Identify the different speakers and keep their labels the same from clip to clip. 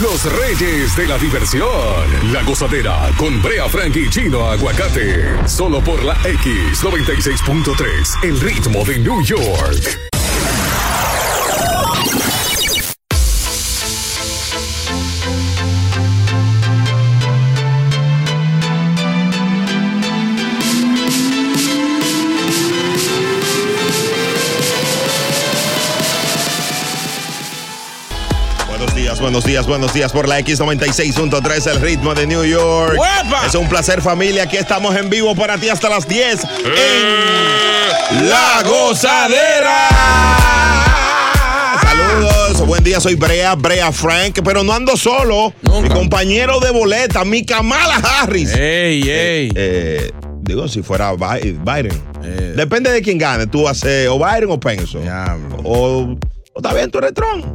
Speaker 1: Los reyes de la diversión. La gozadera con Brea Frank y Chino Aguacate. Solo por la X96.3. El ritmo de New York.
Speaker 2: Buenos días, buenos días, buenos días por la X96.3, el ritmo de New York. Es un placer familia, aquí estamos en vivo para ti hasta las 10 en La Gozadera. Saludos, buen día, soy Brea, Brea Frank, pero no ando solo. Mi compañero de boleta, mi Kamala Harris. Eh, eh, digo, si fuera Bi- Biden. Depende de quién gane, tú haces o Biden o Pence. O, o también tú eres Trump.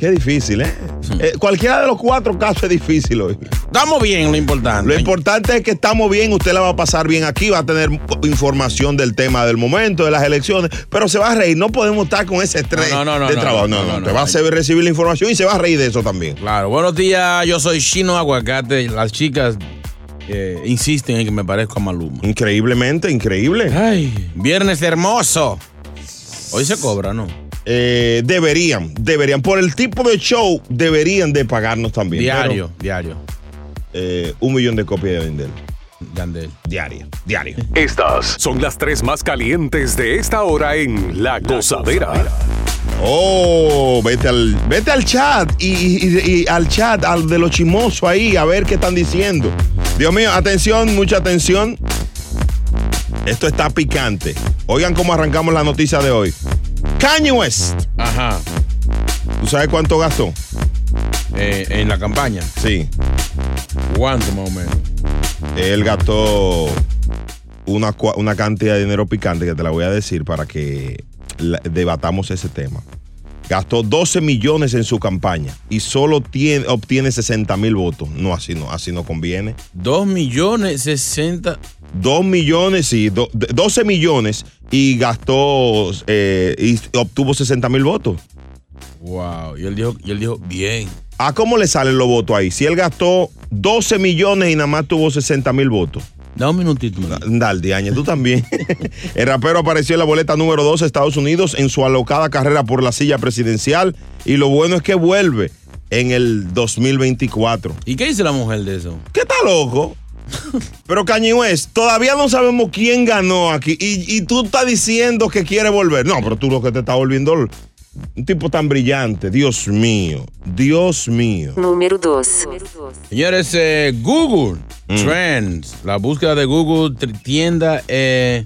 Speaker 2: Qué difícil, ¿eh?
Speaker 3: Hmm.
Speaker 2: Eh, Cualquiera de los cuatro casos es difícil hoy. Estamos bien, lo importante. Lo importante es que estamos bien, usted la va a pasar bien aquí, va a tener información del tema del momento, de las elecciones, pero se va a reír. No podemos estar con ese estrés
Speaker 3: No, no, no,
Speaker 2: de
Speaker 3: no,
Speaker 2: trabajo.
Speaker 3: no,
Speaker 2: No, no,
Speaker 3: no, no,
Speaker 2: Te va a hacer recibir la información y se va a reír de eso también.
Speaker 3: Claro, buenos días, yo soy Chino Aguacate. Las chicas eh, insisten en que me parezco a Maluma.
Speaker 2: Increíblemente, increíble.
Speaker 3: Ay, viernes hermoso. Hoy se cobra, ¿no?
Speaker 2: Eh, deberían, deberían. Por el tipo de show, deberían de pagarnos también.
Speaker 3: Diario,
Speaker 2: diario. un millón de copias de vender. Diario, diario.
Speaker 1: Estas son las tres más calientes de esta hora en La Gozadera.
Speaker 2: Oh, vete al, vete al chat y, y- y- y al chat, al de los chismosos ahí, a ver qué están diciendo. Dios mío, atención, mucha atención. Esto está picante. Oigan cómo arrancamos la noticia de hoy. Kanye West. Ajá. ¿Tú sabes cuánto gastó?
Speaker 3: eh,
Speaker 2: en la campaña. Sí. ¿Cuánto más o menos? Él gastó una, cua- una cantidad de dinero picante que te la voy a decir para que la- debatamos ese tema. Gastó 12 millones en su campaña y solo tiene- obtiene 60 mil votos. No, así no, así no conviene. 2 millones 60. 2 millones, sí, do- de- 12 millones y gastó eh, y obtuvo 60 mil votos.
Speaker 3: Wow. Y él dijo, y él dijo bien.
Speaker 2: ¿A cómo le salen los votos ahí? Si él gastó 12 millones y nada más tuvo 60 mil votos. Da un minutito. Dale, Áñez, tú también. El rapero apareció en la boleta número 2 de Estados Unidos en su alocada carrera por la silla presidencial. Y lo bueno es que vuelve en el 2024.
Speaker 3: ¿Y qué dice la mujer de eso?
Speaker 2: ¿Qué está loco? Pero Kanye West, todavía no sabemos quién ganó aquí. Y, y tú estás diciendo que quiere volver. No, pero tú lo que te estás volviendo. Un tipo tan brillante. Dios mío. Dios mío.
Speaker 4: Número 2.
Speaker 3: Señores, eh, Google Trends, la búsqueda de Google tri- tienda eh,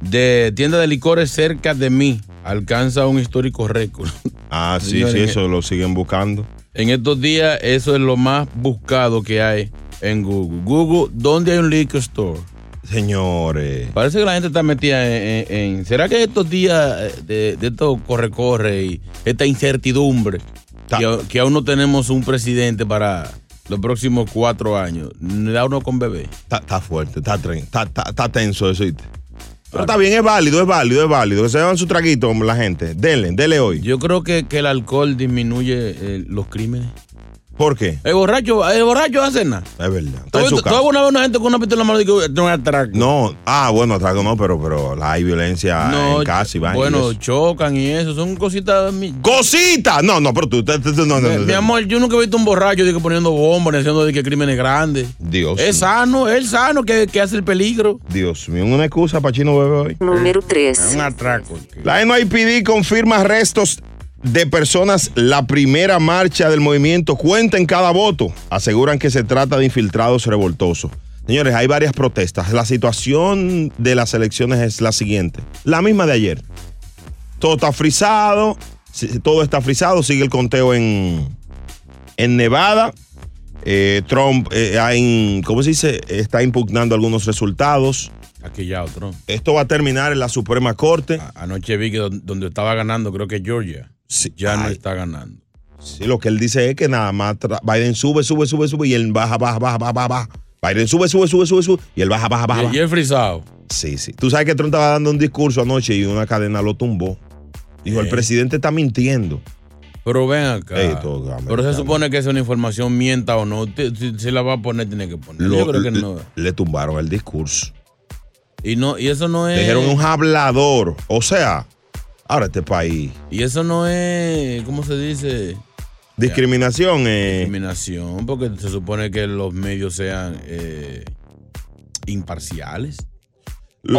Speaker 3: de tienda de licores cerca de mí alcanza un histórico récord.
Speaker 2: Ah, sí, sí, eso lo siguen buscando.
Speaker 3: En estos días eso es lo más buscado que hay en Google. Google, ¿dónde hay un liquor store?
Speaker 2: Señores.
Speaker 3: Parece que la gente está metida en... en- en- ¿Será que estos días eh, de, de esto corre-corre y esta incertidumbre, que, a- que aún no tenemos un presidente para los próximos cuatro años, le da uno con bebé?
Speaker 2: Está, está fuerte, está, tren- está, está- está tenso eso. ¿viste? Pero está bien, es válido, es válido, es válido. Que se beban su traguito, hombre, la gente. Denle, denle hoy.
Speaker 3: Yo creo que, que el alcohol disminuye eh, los crímenes.
Speaker 2: ¿Por qué?
Speaker 3: El borracho, el borracho hace nada.
Speaker 2: Es verdad. Está
Speaker 3: ¿Tú
Speaker 2: en su
Speaker 3: tú
Speaker 2: casa.
Speaker 3: alguna vez una gente con una pistola en la mano dice que no es atraco?
Speaker 2: No, ah, bueno, atraco no, pero, pero la- hay violencia en casa y vaina y
Speaker 3: Bueno,
Speaker 2: eso.
Speaker 3: chocan y eso, son cositas. Mi,
Speaker 2: ¡Cosita! No, no, pero tú, tú- tú- no, no,
Speaker 3: mi-
Speaker 2: no,
Speaker 3: mi
Speaker 2: no.
Speaker 3: amor, yo nunca he visto un borracho digo, poniendo bombas, ni haciendo de que crímenes grandes.
Speaker 2: Dios.
Speaker 3: Es sano, es sano que, que hace el peligro.
Speaker 2: Dios mío, una excusa para Chino Bebé hoy.
Speaker 4: Número 3.
Speaker 3: Un atraco.
Speaker 2: La NYPD confirma arrestos de personas. La primera marcha del movimiento cuenta en cada voto. Aseguran que se trata de infiltrados revoltosos. Señores, hay varias protestas. La situación de las elecciones es la siguiente. La misma de ayer. Todo está frisado. si- Todo está frisado. Sigue el conteo en, en Nevada. Eh, Trump, eh, ha in- ¿cómo se dice? Está impugnando algunos resultados.
Speaker 3: Aquí ya otro.
Speaker 2: Esto va a terminar en la Suprema Corte.
Speaker 3: Anoche vi que don- donde estaba ganando, creo que Georgia, ya no está ganando.
Speaker 2: Sí, lo que él dice es que nada más tra- Biden sube, sube, sube, sube y él baja, baja, baja, baja, baja, baja. Biden sube, sube, sube, sube, sube y él baja, baja, baja.
Speaker 3: Y, y es frisado.
Speaker 2: Sí, sí. Tú sabes que Trump estaba dando un discurso anoche y una cadena lo tumbó. Dijo, el presidente está mintiendo.
Speaker 3: Pero ven acá.
Speaker 2: Ey, todo cambia,
Speaker 3: pero se
Speaker 2: cambia.
Speaker 3: supone que es una información mienta o no. Te- Si si la va a poner, tiene que poner.
Speaker 2: Lo-
Speaker 3: Yo creo que no.
Speaker 2: Le, le tumbaron el discurso.
Speaker 3: Y, no, y eso no es.
Speaker 2: Le dijeron un hablador. O sea, ahora este país.
Speaker 3: Y eso no es. ¿Cómo se dice?
Speaker 2: Discriminación. eh,
Speaker 3: Discriminación, porque se supone que los medios sean eh, imparciales.
Speaker 2: Lo,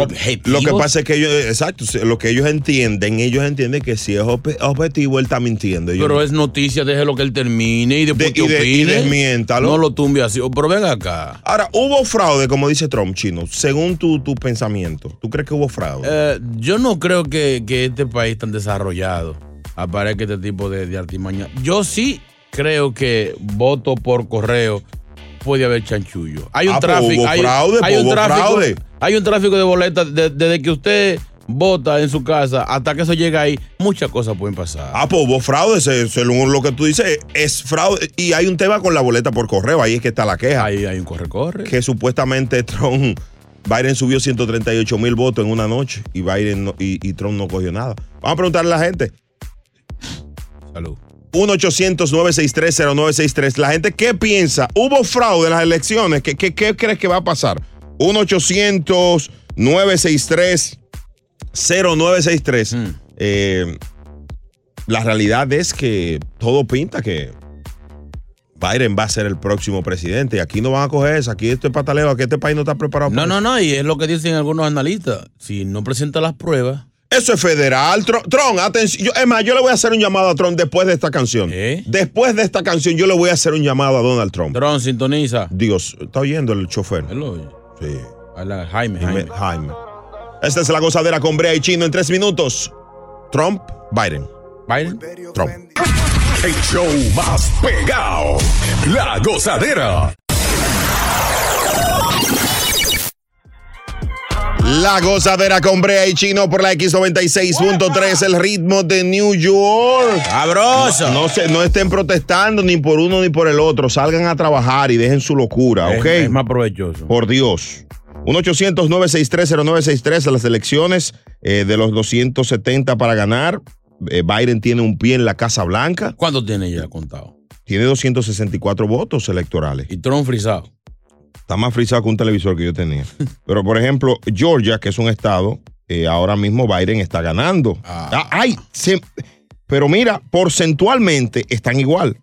Speaker 2: lo
Speaker 3: Objetivos.
Speaker 2: que pasa es que ellos, exacto, lo que ellos entienden, ellos entienden que si es obje- objetivo, él está mintiendo. Ellos
Speaker 3: Pero es noticia, déjelo que él termine y después
Speaker 2: De-
Speaker 3: que
Speaker 2: y de- y
Speaker 3: opine.
Speaker 2: desmiéntalo.
Speaker 3: No lo tumbe así. Oh, Pero ven acá.
Speaker 2: Ahora, hubo fraude, como dice Trump, chino, según tu, tu pensamiento. ¿Tú crees que hubo fraude?
Speaker 3: Eh, yo no creo que, que este país tan desarrollado aparezca este tipo de, de artimaña. Yo sí creo que voto por correo puede haber chanchullo. Hay un
Speaker 2: Ah, pues
Speaker 3: tráfico.
Speaker 2: hubo
Speaker 3: hay, un-
Speaker 2: fraude,
Speaker 3: hay
Speaker 2: pues
Speaker 3: un
Speaker 2: hubo
Speaker 3: tráfico
Speaker 2: fraude.
Speaker 3: Hay un tráfico de boletas de- desde que usted vota en su casa hasta que eso llega ahí. Muchas cosas pueden pasar.
Speaker 2: Ah, pues hubo fraude, se- según lo que tú dices, es fraude. Y hay un tema con la boleta por correo, ahí es que está la queja.
Speaker 3: ahí hay un corre-corre.
Speaker 2: Que supuestamente Trump, Biden subió 138 mil votos en una noche y, Biden no- y, y Trump no cogió nada. Vamos a preguntarle a la gente.
Speaker 3: Salud.
Speaker 2: 1-800-963-0963. La gente, ¿qué piensa? ¿Hubo fraude en las elecciones? ¿Qué, qué, qué crees que va a pasar? 1-800-963-0963.
Speaker 3: Mm.
Speaker 2: Eh, la realidad es que todo pinta que Biden va a ser el próximo presidente. Y aquí no van a coger eso. Aquí esto es pataleo. Aquí este país no está preparado
Speaker 3: No,
Speaker 2: para
Speaker 3: no, no. Y es lo que dicen algunos analistas. Si no presenta las pruebas.
Speaker 2: Eso es federal. Tron, Tron, atención. Yo- Es más, yo le voy a hacer un llamado a Tron después de esta canción.
Speaker 3: ¿Eh?
Speaker 2: Después de esta canción, yo le voy a hacer un llamado a Donald Trump.
Speaker 3: Tron sintoniza.
Speaker 2: Dios, ¿está oyendo el chofer?
Speaker 3: Él lo oye.
Speaker 2: Sí.
Speaker 3: A la- Jaime,
Speaker 2: Dime,
Speaker 3: Jaime.
Speaker 2: Jaime. Esta es la gozadera con Brea y Chino en tres minutos. Trump, Biden.
Speaker 3: Biden.
Speaker 2: Trump.
Speaker 1: El show más pegado. La gozadera.
Speaker 2: La gozadera con Brea y Chino por la X96.3, el ritmo de New York.
Speaker 3: ¡Sabroso!
Speaker 2: No, se, no estén protestando ni por uno ni por el otro. Salgan a trabajar y dejen su locura,
Speaker 3: Es-
Speaker 2: ¿ok?
Speaker 3: Es, más provechoso.
Speaker 2: Por Dios. 1-800-963-0963 a las elecciones eh, de los 270 para ganar. Eh, Biden tiene un pie en la Casa Blanca.
Speaker 3: ¿Cuánto tiene ya contado?
Speaker 2: Tiene 264 votos electorales.
Speaker 3: Y Tron frisado.
Speaker 2: Está más frisado que un televisor que yo tenía. Pero, por ejemplo, Georgia, que es un estado, eh, ahora mismo Biden está ganando.
Speaker 3: Ah.
Speaker 2: Ah, ay, se- pero mira, porcentualmente están igual.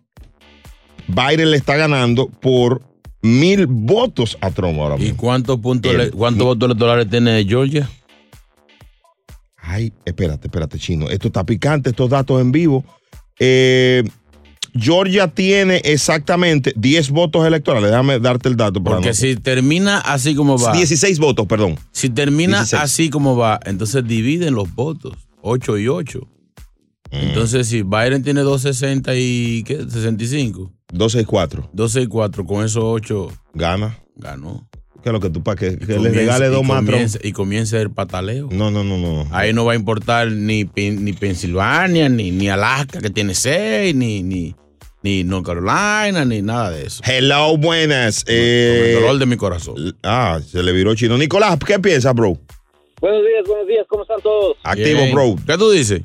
Speaker 2: Biden le está ganando por mil votos a Trump ahora
Speaker 3: ¿Y
Speaker 2: mismo.
Speaker 3: cuántos puntos,
Speaker 2: El-
Speaker 3: ele- cuántos votos electorales tiene Georgia?
Speaker 2: Ay, espérate, espérate, chino. Esto está picante, estos datos en vivo. Eh, Georgia tiene exactamente 10 votos electorales. Déjame darte el dato. para
Speaker 3: Porque
Speaker 2: no-
Speaker 3: si termina así como va,
Speaker 2: 16 votos, perdón.
Speaker 3: si termina
Speaker 2: 16.
Speaker 3: así como va, entonces dividen los votos, 8 y 8.
Speaker 2: Mm.
Speaker 3: Entonces, si Biden tiene 260 y ¿qué? 65,
Speaker 2: 12 y 4.
Speaker 3: 12 y 4, con esos 8
Speaker 2: Gana.
Speaker 3: ganó.
Speaker 2: ¿Qué es lo que tú para que, que le
Speaker 3: Comienza-
Speaker 2: regale dos
Speaker 3: y
Speaker 2: más? Trump?
Speaker 3: comienza- Y comienza el pataleo.
Speaker 2: No, no, no, no.
Speaker 3: Ahí no va a importar ni, Pen- ni Pensilvania, ni, ni Alaska, que tiene seis, ni, ni, ni North Carolina, ni nada de eso.
Speaker 2: Hello, buenas. Eh,
Speaker 3: el dolor de mi corazón.
Speaker 2: ah, se le viró chino. Nicolás, ¿qué piensas, bro?
Speaker 4: Buenos días, buenos días, ¿cómo están todos?
Speaker 2: Activo,
Speaker 3: Bien.
Speaker 2: bro.
Speaker 3: ¿Qué tú dices?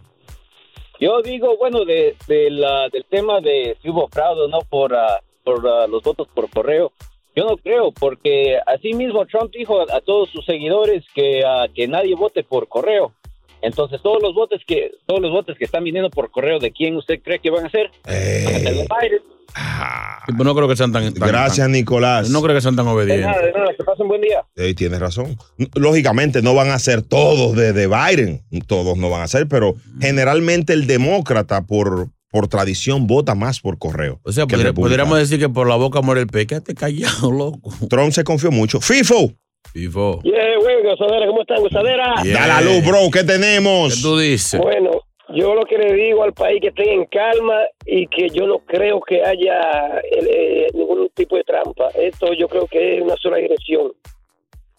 Speaker 4: Yo digo, bueno, de, de la, del tema de si hubo fraude o no por, ah, por ah, los votos por correo, yo no creo, porque así mismo Trump dijo a, a todos sus seguidores que, ah, que nadie vote por correo. Entonces, todos los votos que todos los votos que están viniendo por correo, ¿de quién usted cree que van a ser?
Speaker 3: Eh,
Speaker 4: De los Biden.
Speaker 3: Sí, pero No creo que sean tan. tan-
Speaker 2: Gracias, Nicolás.
Speaker 3: tan- no creo que sean tan
Speaker 4: De nada,
Speaker 3: obedientes.
Speaker 4: de nada, que pasen buen día.
Speaker 2: Eh, tienes razón. Lógicamente no van a ser todos de, de Biden, todos no van a ser, pero generalmente el demócrata por, por tradición vota más por correo.
Speaker 3: O sea,
Speaker 2: que el
Speaker 3: podri-
Speaker 2: republicano.
Speaker 3: podríamos decir que por la boca muere el pez. Quédate callado, loco.
Speaker 2: Trump se confió mucho. FIFO,
Speaker 3: Fifo.
Speaker 5: Yeah, güey, gozadera, ¿cómo están, gozadera?
Speaker 3: Yeah.
Speaker 2: da la luz, bro, ¿qué
Speaker 3: ¿Qué
Speaker 2: tenemos?
Speaker 3: tú dices?
Speaker 5: Bueno, yo lo que le digo al país que esté en calma y que yo no creo que haya eh, ningún tipo de trampa. Esto yo creo que es una sola dirección.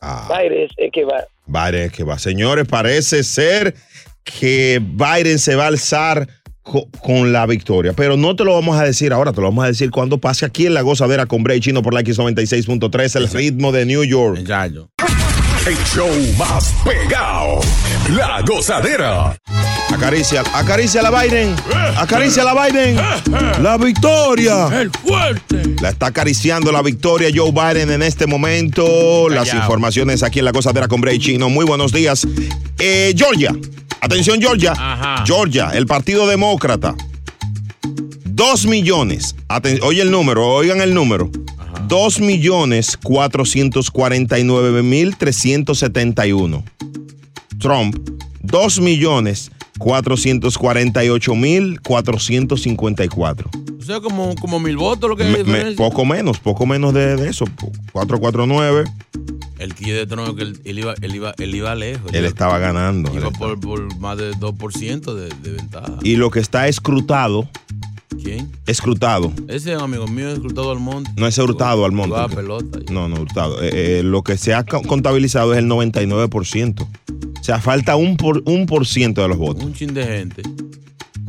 Speaker 2: Ah,
Speaker 5: Aire es el que va.
Speaker 2: Biden es que va. Señores, parece ser que Biden se va a alzar co- con la victoria, pero no te lo vamos a decir ahora, te lo vamos a decir cuando pase aquí en la gozadera con Bray Chino por la X96.3, el ritmo de New York.
Speaker 3: Muchacho.
Speaker 1: El show más pegado. La gozadera.
Speaker 2: Acaricia, acaricia la Biden. Acaricia la Biden. La victoria.
Speaker 6: El fuerte.
Speaker 2: La está acariciando la victoria Joe Biden en este momento. Las
Speaker 3: Callao.
Speaker 2: informaciones aquí en la Cosadera con Bray Chino. Muy buenos días. Eh, Georgia. Atención, Georgia.
Speaker 3: Ajá.
Speaker 2: Georgia, el Partido Demócrata. Dos millones. aten- Oye el número, oigan el número. Dos millones cuatrocientos cuarenta y nueve mil trescientos setenta y uno. Trump, 2 millones 448 mil 454.
Speaker 3: O sea, como, como mil votos lo que hay
Speaker 2: Me-
Speaker 3: de
Speaker 2: me-
Speaker 3: diferencia.
Speaker 2: poco menos, poco menos de, de eso. po- 449,
Speaker 3: El tío de Trump, que él, él iba, él, iba, él iba lejos.
Speaker 2: él estaba ganando.
Speaker 3: Iba por, por más de 2% de, de ventaja.
Speaker 2: Y lo que está escrutado,
Speaker 3: ¿Quién?
Speaker 2: escrutado,
Speaker 3: Ese es un amigo mío, es Hurtado Almonte.
Speaker 2: no es hurtado al monte.
Speaker 3: Jugaba pelota.
Speaker 2: No, no, hurtado. Eh, eh, lo que se ha co- contabilizado es el 99%. O sea, falta un por, un por ciento de los votos.
Speaker 3: Un chin de gente.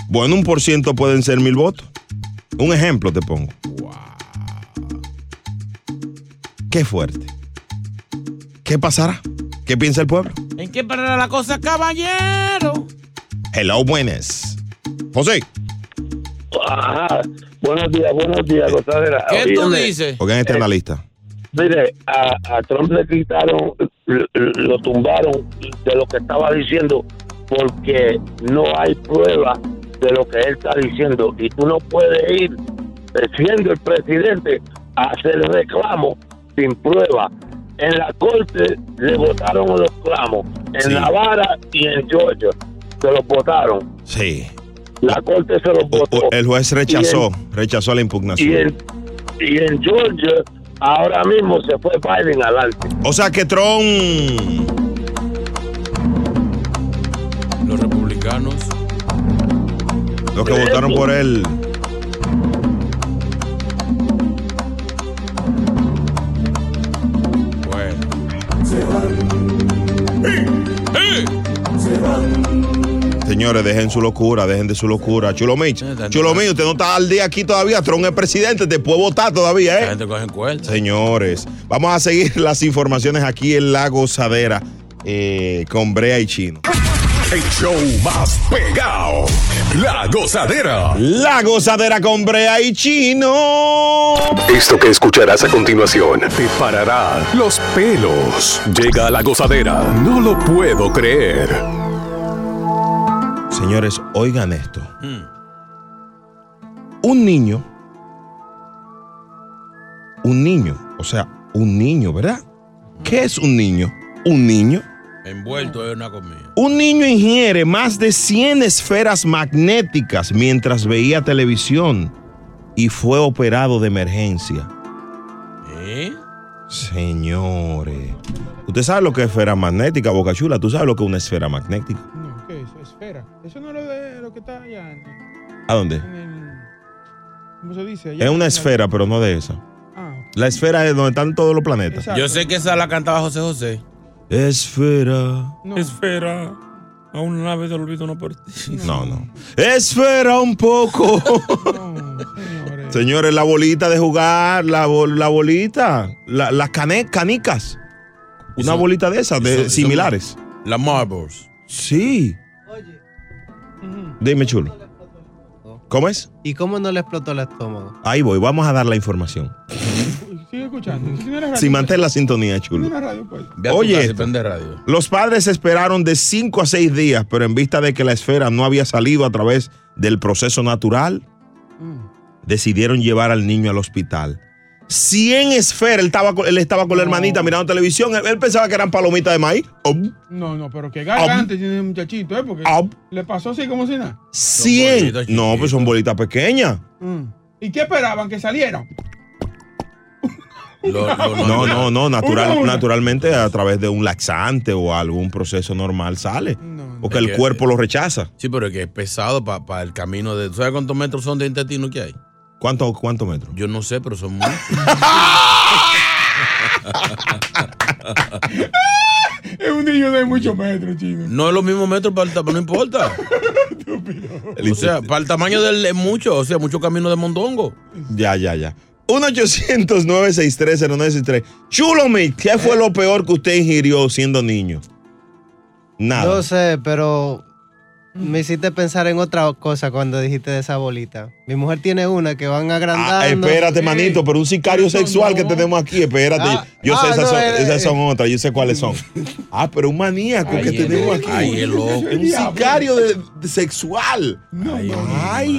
Speaker 2: Bueno, un por ciento pueden ser mil votos. Un ejemplo te pongo. Qué fuerte. ¿Qué pasará? ¿Qué piensa el pueblo?
Speaker 3: ¿En qué parará la cosa, caballero?
Speaker 2: Hello, buenas. José,
Speaker 5: Ajá. Buenos días, buenos días, gozadera.
Speaker 3: ¿Qué tú
Speaker 5: Óyeme,
Speaker 3: dices?
Speaker 2: oigan este analista.
Speaker 5: Mire, a, a Trump le quitaron, l- l- lo tumbaron de lo que estaba diciendo porque no hay prueba de lo que él está diciendo y tú no puedes ir eh, siendo el presidente a hacer reclamo sin prueba. En la corte le votaron los clamos, en
Speaker 2: Sí.
Speaker 5: Navarra y en Georgia se los votaron.
Speaker 2: Sí.
Speaker 5: La corte se los
Speaker 2: O-
Speaker 5: votó.
Speaker 2: o- el juez rechazó, rechazó la
Speaker 5: Y
Speaker 2: impugnación.
Speaker 5: en, y en Georgia ahora mismo se fue Biden adelante.
Speaker 2: O sea que Trump
Speaker 3: Los republicanos.
Speaker 2: Los que votaron por él.
Speaker 3: Bueno.
Speaker 2: Señores, dejen su locura, dejen de su locura. Chulo Mich,
Speaker 3: Eh,
Speaker 2: Chulo Mich, usted no está al día aquí todavía. Trump es presidente, te puede votar todavía, ¿eh?
Speaker 3: La gente coge en cuerda.
Speaker 2: Señores, vamos a seguir las informaciones aquí en La Gozadera eh, con Brea y Chino.
Speaker 1: El show más pegado. La gozadera.
Speaker 2: La Gozadera con Brea y Chino.
Speaker 1: Esto que escucharás a continuación te parará los pelos. Llega la gozadera. No lo puedo creer.
Speaker 2: Señores, oigan esto.
Speaker 3: Mm.
Speaker 2: Un niño, un niño, o sea, un niño, ¿verdad? ¿Qué es un niño? Un niño.
Speaker 3: Envuelto es una comida.
Speaker 2: Un niño ingiere más de 100 esferas magnéticas mientras veía televisión y fue operado de emergencia.
Speaker 3: ¿Eh?
Speaker 2: Señores. Usted sabe lo que es esfera magnética, Boca Chula. Tú sabes lo que es una esfera magnética.
Speaker 6: No, ¿qué es eso? Esfera. Eso no es lo, de, lo que está allá en,
Speaker 2: ¿A dónde?
Speaker 6: en el. ¿Cómo se dice? Allá
Speaker 2: Es
Speaker 6: en
Speaker 2: una
Speaker 6: la-
Speaker 2: esfera, pero no de esa.
Speaker 6: Ah, ok.
Speaker 2: La esfera es donde están todos los planetas.
Speaker 6: Exacto.
Speaker 3: Yo sé que esa la cantaba José José.
Speaker 2: Esfera.
Speaker 6: No.
Speaker 3: Espera. A una nave del olvido no pertenece.
Speaker 2: No, no. Esfera un poco.
Speaker 6: No, señores.
Speaker 2: Señores, la bolita de jugar, la, bol- la bolita, la- las cane- canicas. Una
Speaker 3: Eso-
Speaker 2: bolita de esas, de
Speaker 3: eso-
Speaker 2: similares.
Speaker 3: La Marbles.
Speaker 2: Sí.
Speaker 6: Ujú.
Speaker 2: Dime, chulo. ¿Cómo es?
Speaker 7: ¿Y cómo no le explotó el estómago?
Speaker 2: Ahí voy, vamos a dar la información.
Speaker 6: Sigue escuchando. Si tienes radio,
Speaker 2: Si mantén la sintonía,
Speaker 6: si
Speaker 2: chulo.
Speaker 6: tienes radio, pues.
Speaker 3: Ve a tu
Speaker 2: Oye,
Speaker 3: casa y
Speaker 2: esto.
Speaker 3: prende radio.
Speaker 2: Los padres esperaron de 5 a 6 días, pero en vista de que la esfera no había salido a través del proceso natural, decidieron llevar al niño al hospital. 100 esferas, él estaba, con- él estaba con la
Speaker 6: No.
Speaker 2: hermanita mirando televisión, él, él pensaba que eran palomitas de maíz. Oh, Om,
Speaker 6: No, no, pero que gargante tiene el muchachito, ¿eh? Porque
Speaker 2: om,
Speaker 6: le pasó así como si nada.
Speaker 2: 100.
Speaker 3: bolitas
Speaker 2: No, pues son
Speaker 3: chiquitas.
Speaker 2: bolitas pequeñas.
Speaker 6: ¿Y qué esperaban? ¿Que salieran?
Speaker 3: Lo- lo-
Speaker 2: No, no, no, natural,
Speaker 6: Una, una.
Speaker 2: naturalmente a través de un laxante o algún proceso normal sale,
Speaker 6: No.
Speaker 2: porque
Speaker 3: Es
Speaker 2: el
Speaker 3: que- eh.
Speaker 2: cuerpo lo rechaza.
Speaker 3: Sí, pero es que es pesado para el camino de. ¿Tú sabes cuántos metros son de intestino que hay?
Speaker 2: ¿Cuánto, cuánto metros?
Speaker 3: Yo no sé, pero son muchos.
Speaker 6: Es un niño de muchos metros, chino.
Speaker 3: No es los mismos metros para el tamaño, no importa. o sea, para el tamaño del es mucho, o sea, mucho camino de mondongo.
Speaker 2: Ya, ya, ya. 1-800-963-0963. Chulo, Mitch, ¿qué fue lo peor que usted ingirió siendo niño? Nada.
Speaker 7: No sé, pero Me hiciste pensar en otra cosa cuando dijiste de esa bolita. Mi mujer tiene una que van agrandando.
Speaker 2: Ah, espérate, manito, pero un sicario sexual que tenemos aquí, espérate.
Speaker 7: Ah,
Speaker 2: yo sé,
Speaker 7: ah,
Speaker 2: esas,
Speaker 7: no,
Speaker 3: eh,
Speaker 2: son,
Speaker 7: eres-
Speaker 2: esas son otras, yo sé cuáles son. Ah, pero un maníaco que
Speaker 3: Ay, el
Speaker 2: tenemos
Speaker 3: loco,
Speaker 2: aquí.
Speaker 3: ay, el loco.
Speaker 2: Un sicario de, de sexual.
Speaker 3: Ay,
Speaker 2: Ay,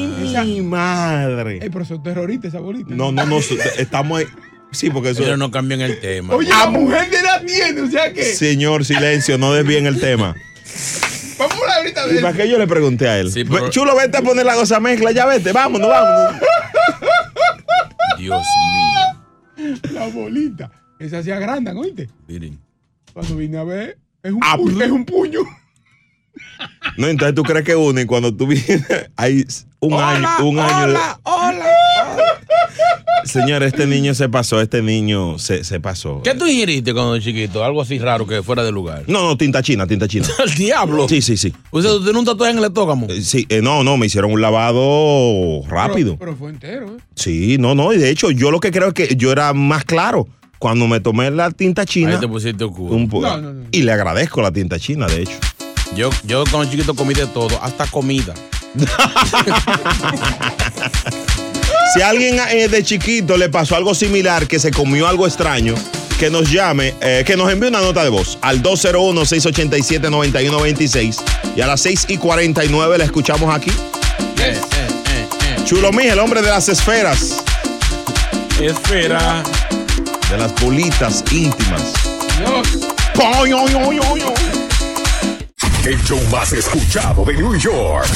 Speaker 2: mi madre.
Speaker 6: Ey, pero son terroristas esa bolita.
Speaker 2: No, no, no, estamos ahí. Sí, porque eso.
Speaker 3: Ellos no cambian el tema.
Speaker 6: Oye, la mujer de la tiene, o sea que.
Speaker 2: Señor, silencio, no desvíen el tema.
Speaker 6: Vamos a hablar ahorita
Speaker 2: ¿Y
Speaker 6: de
Speaker 2: para qué yo le pregunté a él?
Speaker 3: Sí, pero-
Speaker 2: Ve- Chulo, vete a poner la cosa mezcla, ya vete, vámonos, vámonos.
Speaker 3: Dios mío.
Speaker 6: la bolita. Esas se agrandan, ¿oíste?
Speaker 3: Miren.
Speaker 6: Cuando vine a ver, es un,
Speaker 2: Ah,
Speaker 6: puño, es un puño.
Speaker 2: No, entonces tú crees que uno y cuando tú vienes, hay un año, un año. de-
Speaker 6: hola.
Speaker 2: Señor, este niño se pasó, este niño se, se pasó.
Speaker 3: ¿Qué tú ingeriste cuando chiquito? Algo así raro que fuera de lugar.
Speaker 2: No, no, tinta china, tinta china.
Speaker 3: ¡Al diablo!
Speaker 2: Sí, sí, sí.
Speaker 3: O sea, tú tienes un tatuaje en el estómago.
Speaker 2: Eh, Sí, eh, no, no, me hicieron un lavado rápido.
Speaker 6: Pero, pero fue entero, ¿eh?
Speaker 2: Sí, no, no, y de hecho yo lo que creo es que yo era más claro cuando me tomé la tinta
Speaker 3: Ahí
Speaker 2: china.
Speaker 3: te pusiste el culo.
Speaker 2: un po-
Speaker 6: No, no, no.
Speaker 2: Y le agradezco la tinta china, de hecho.
Speaker 3: Yo, yo cuando chiquito comí de todo, hasta comida.
Speaker 2: Si alguien eh, de chiquito le pasó algo similar, que se comió algo extraño, que nos llame, eh, que nos envíe una nota de voz al 201-687-9126 y a las 6 y 49 la escuchamos aquí.
Speaker 3: Eh, eh, eh, eh.
Speaker 2: Chulo Mija, el hombre de las esferas,
Speaker 3: Espera.
Speaker 2: de las bolitas íntimas.
Speaker 6: Dios.
Speaker 2: Oy, oy, oy, oy, oy.
Speaker 1: El show más escuchado de New York.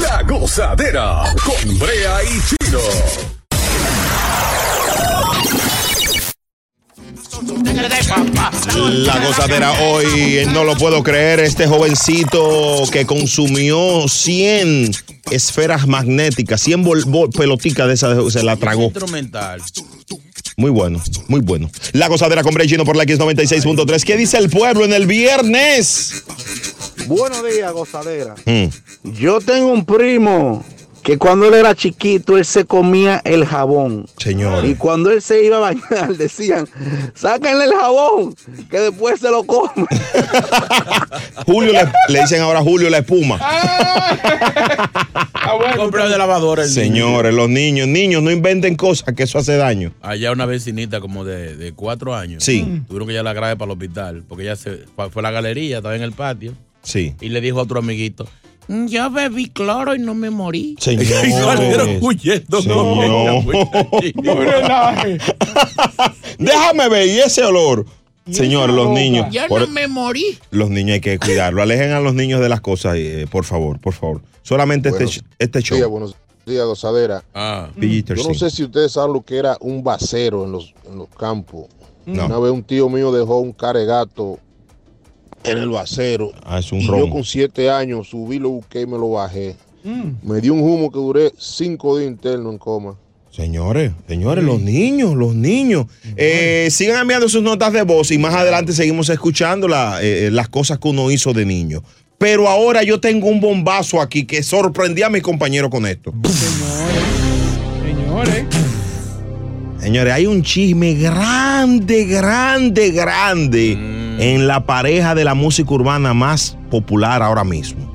Speaker 1: La gozadera con Brea y Chino.
Speaker 2: La gozadera hoy, eh, no lo puedo creer, este jovencito que consumió 100 esferas magnéticas, 100 bol- bol- peloticas de esas, se la tragó.
Speaker 3: Instrumental.
Speaker 2: Muy bueno, muy bueno. La gozadera con Bray Chino por la X96.3. ¿Qué dice el pueblo en el viernes?
Speaker 8: Buenos días, gozadera.
Speaker 2: Mm.
Speaker 8: Yo tengo un primo que cuando él era chiquito, él se comía el jabón. Y
Speaker 2: Señor,
Speaker 8: cuando él se iba a bañar, decían, sáquenle el jabón, que después se lo come.
Speaker 2: Julio le, le dicen ahora Julio la espuma.
Speaker 6: Ah, bueno.
Speaker 3: Compré de lavadora. el niño.
Speaker 2: Señores, los niños, niños, no inventen cosas que eso hace daño.
Speaker 3: Allá una vecinita como de, de cuatro años.
Speaker 2: Sí.
Speaker 3: Tuvieron que ya la grave para el hospital. Porque ella se fue fue a la galería, estaba en el patio.
Speaker 2: Sí.
Speaker 3: Y le dijo a otro amiguito: "Mm, Yo bebí cloro y no me morí.
Speaker 2: Señores.
Speaker 3: Y salieron huyendo.
Speaker 2: Señor.
Speaker 6: No relaje.
Speaker 2: Déjame ver ¿y ese olor. Señores, los
Speaker 6: boca.
Speaker 2: niños.
Speaker 3: Yo
Speaker 2: por- e,
Speaker 8: e-
Speaker 3: no me morí.
Speaker 2: Los niños hay que cuidarlo. Alejen a los niños de las cosas, eh, por favor, por favor. Solamente este, sh- este show. Mm.
Speaker 9: días, buenos días, gozadera.
Speaker 3: Ah.
Speaker 9: Yo
Speaker 2: PG-13.
Speaker 9: no sé si ustedes saben lo que era un basero en los, en los campos.
Speaker 2: No.
Speaker 9: Una vez un tío mío dejó un caregato en el basero.
Speaker 2: Ah, es un
Speaker 9: y yo
Speaker 2: romo.
Speaker 9: con siete años subí, lo busqué y me lo bajé.
Speaker 6: Mm.
Speaker 9: Me dio un humo que duré cinco días interno en coma.
Speaker 2: Señores, señores, los niños, los niños. Eh, sigan enviando sus notas de voz y más adelante seguimos escuchando la, eh, las cosas que uno hizo de niño. Pero ahora yo tengo un bombazo aquí que sorprendí a mis compañeros con esto.
Speaker 6: Señores.
Speaker 2: Señores, hay un chisme grande, grande, grande en la pareja de la música urbana más popular ahora mismo.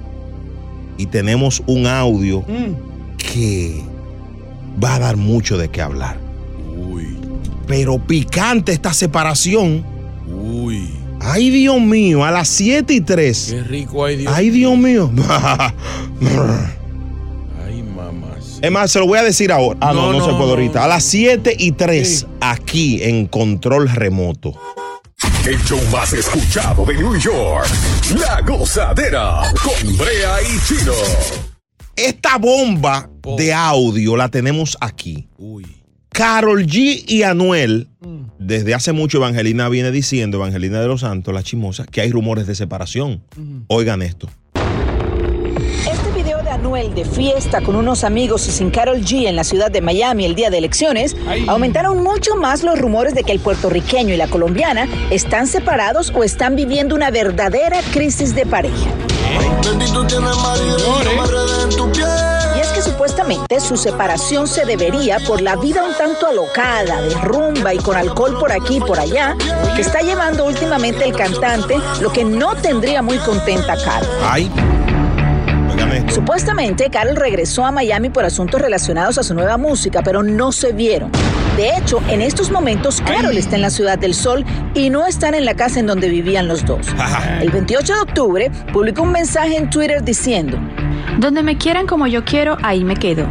Speaker 2: Y tenemos un audio
Speaker 6: Mm.
Speaker 2: que va a dar mucho de qué hablar.
Speaker 3: Uy.
Speaker 2: Pero picante esta separación.
Speaker 3: Uy.
Speaker 2: Ay, Dios mío, a las 7 y 3.
Speaker 3: Qué rico hay Dios.
Speaker 2: Ay, Dios mío.
Speaker 3: Ay, mamás.
Speaker 2: Es más, se lo voy a decir ahora. Ah, no, no,
Speaker 3: No,
Speaker 2: se
Speaker 3: no,
Speaker 2: puede
Speaker 3: no.
Speaker 2: ahorita. A las 7 y 3,
Speaker 6: Sí.
Speaker 2: aquí en control remoto.
Speaker 1: El show más escuchado de New York. La gozadera con Brea y Chino.
Speaker 2: Esta bomba de audio la tenemos aquí.
Speaker 3: Uy.
Speaker 2: Carol G y Anuel, desde hace mucho Evangelina viene diciendo, Evangelina de los Santos, la chimosa, que hay rumores de separación. Oigan esto.
Speaker 10: Este video de Anuel de fiesta con unos amigos y sin Carol G en la ciudad de Miami el día de elecciones
Speaker 6: Ay.
Speaker 10: aumentaron mucho más los rumores de que el puertorriqueño y la colombiana están separados o están viviendo una verdadera crisis de pareja.
Speaker 2: pues.
Speaker 6: Señores.
Speaker 10: Y es que supuestamente su separación se debería por la vida un tanto alocada, de rumba y con alcohol por aquí y por allá, que está llevando últimamente el cantante, lo que no tendría muy contenta a Carol.
Speaker 2: Ay. Oigan esto.
Speaker 10: Supuestamente, Carol regresó a Miami por asuntos relacionados a su nueva música, pero no se vieron. De hecho, en estos momentos, Carol está en la Ciudad del Sol y no están en la casa en donde vivían los dos. El 28 de octubre, publicó un mensaje en Twitter diciendo,
Speaker 11: Donde me quieran como yo quiero, ahí me quedo.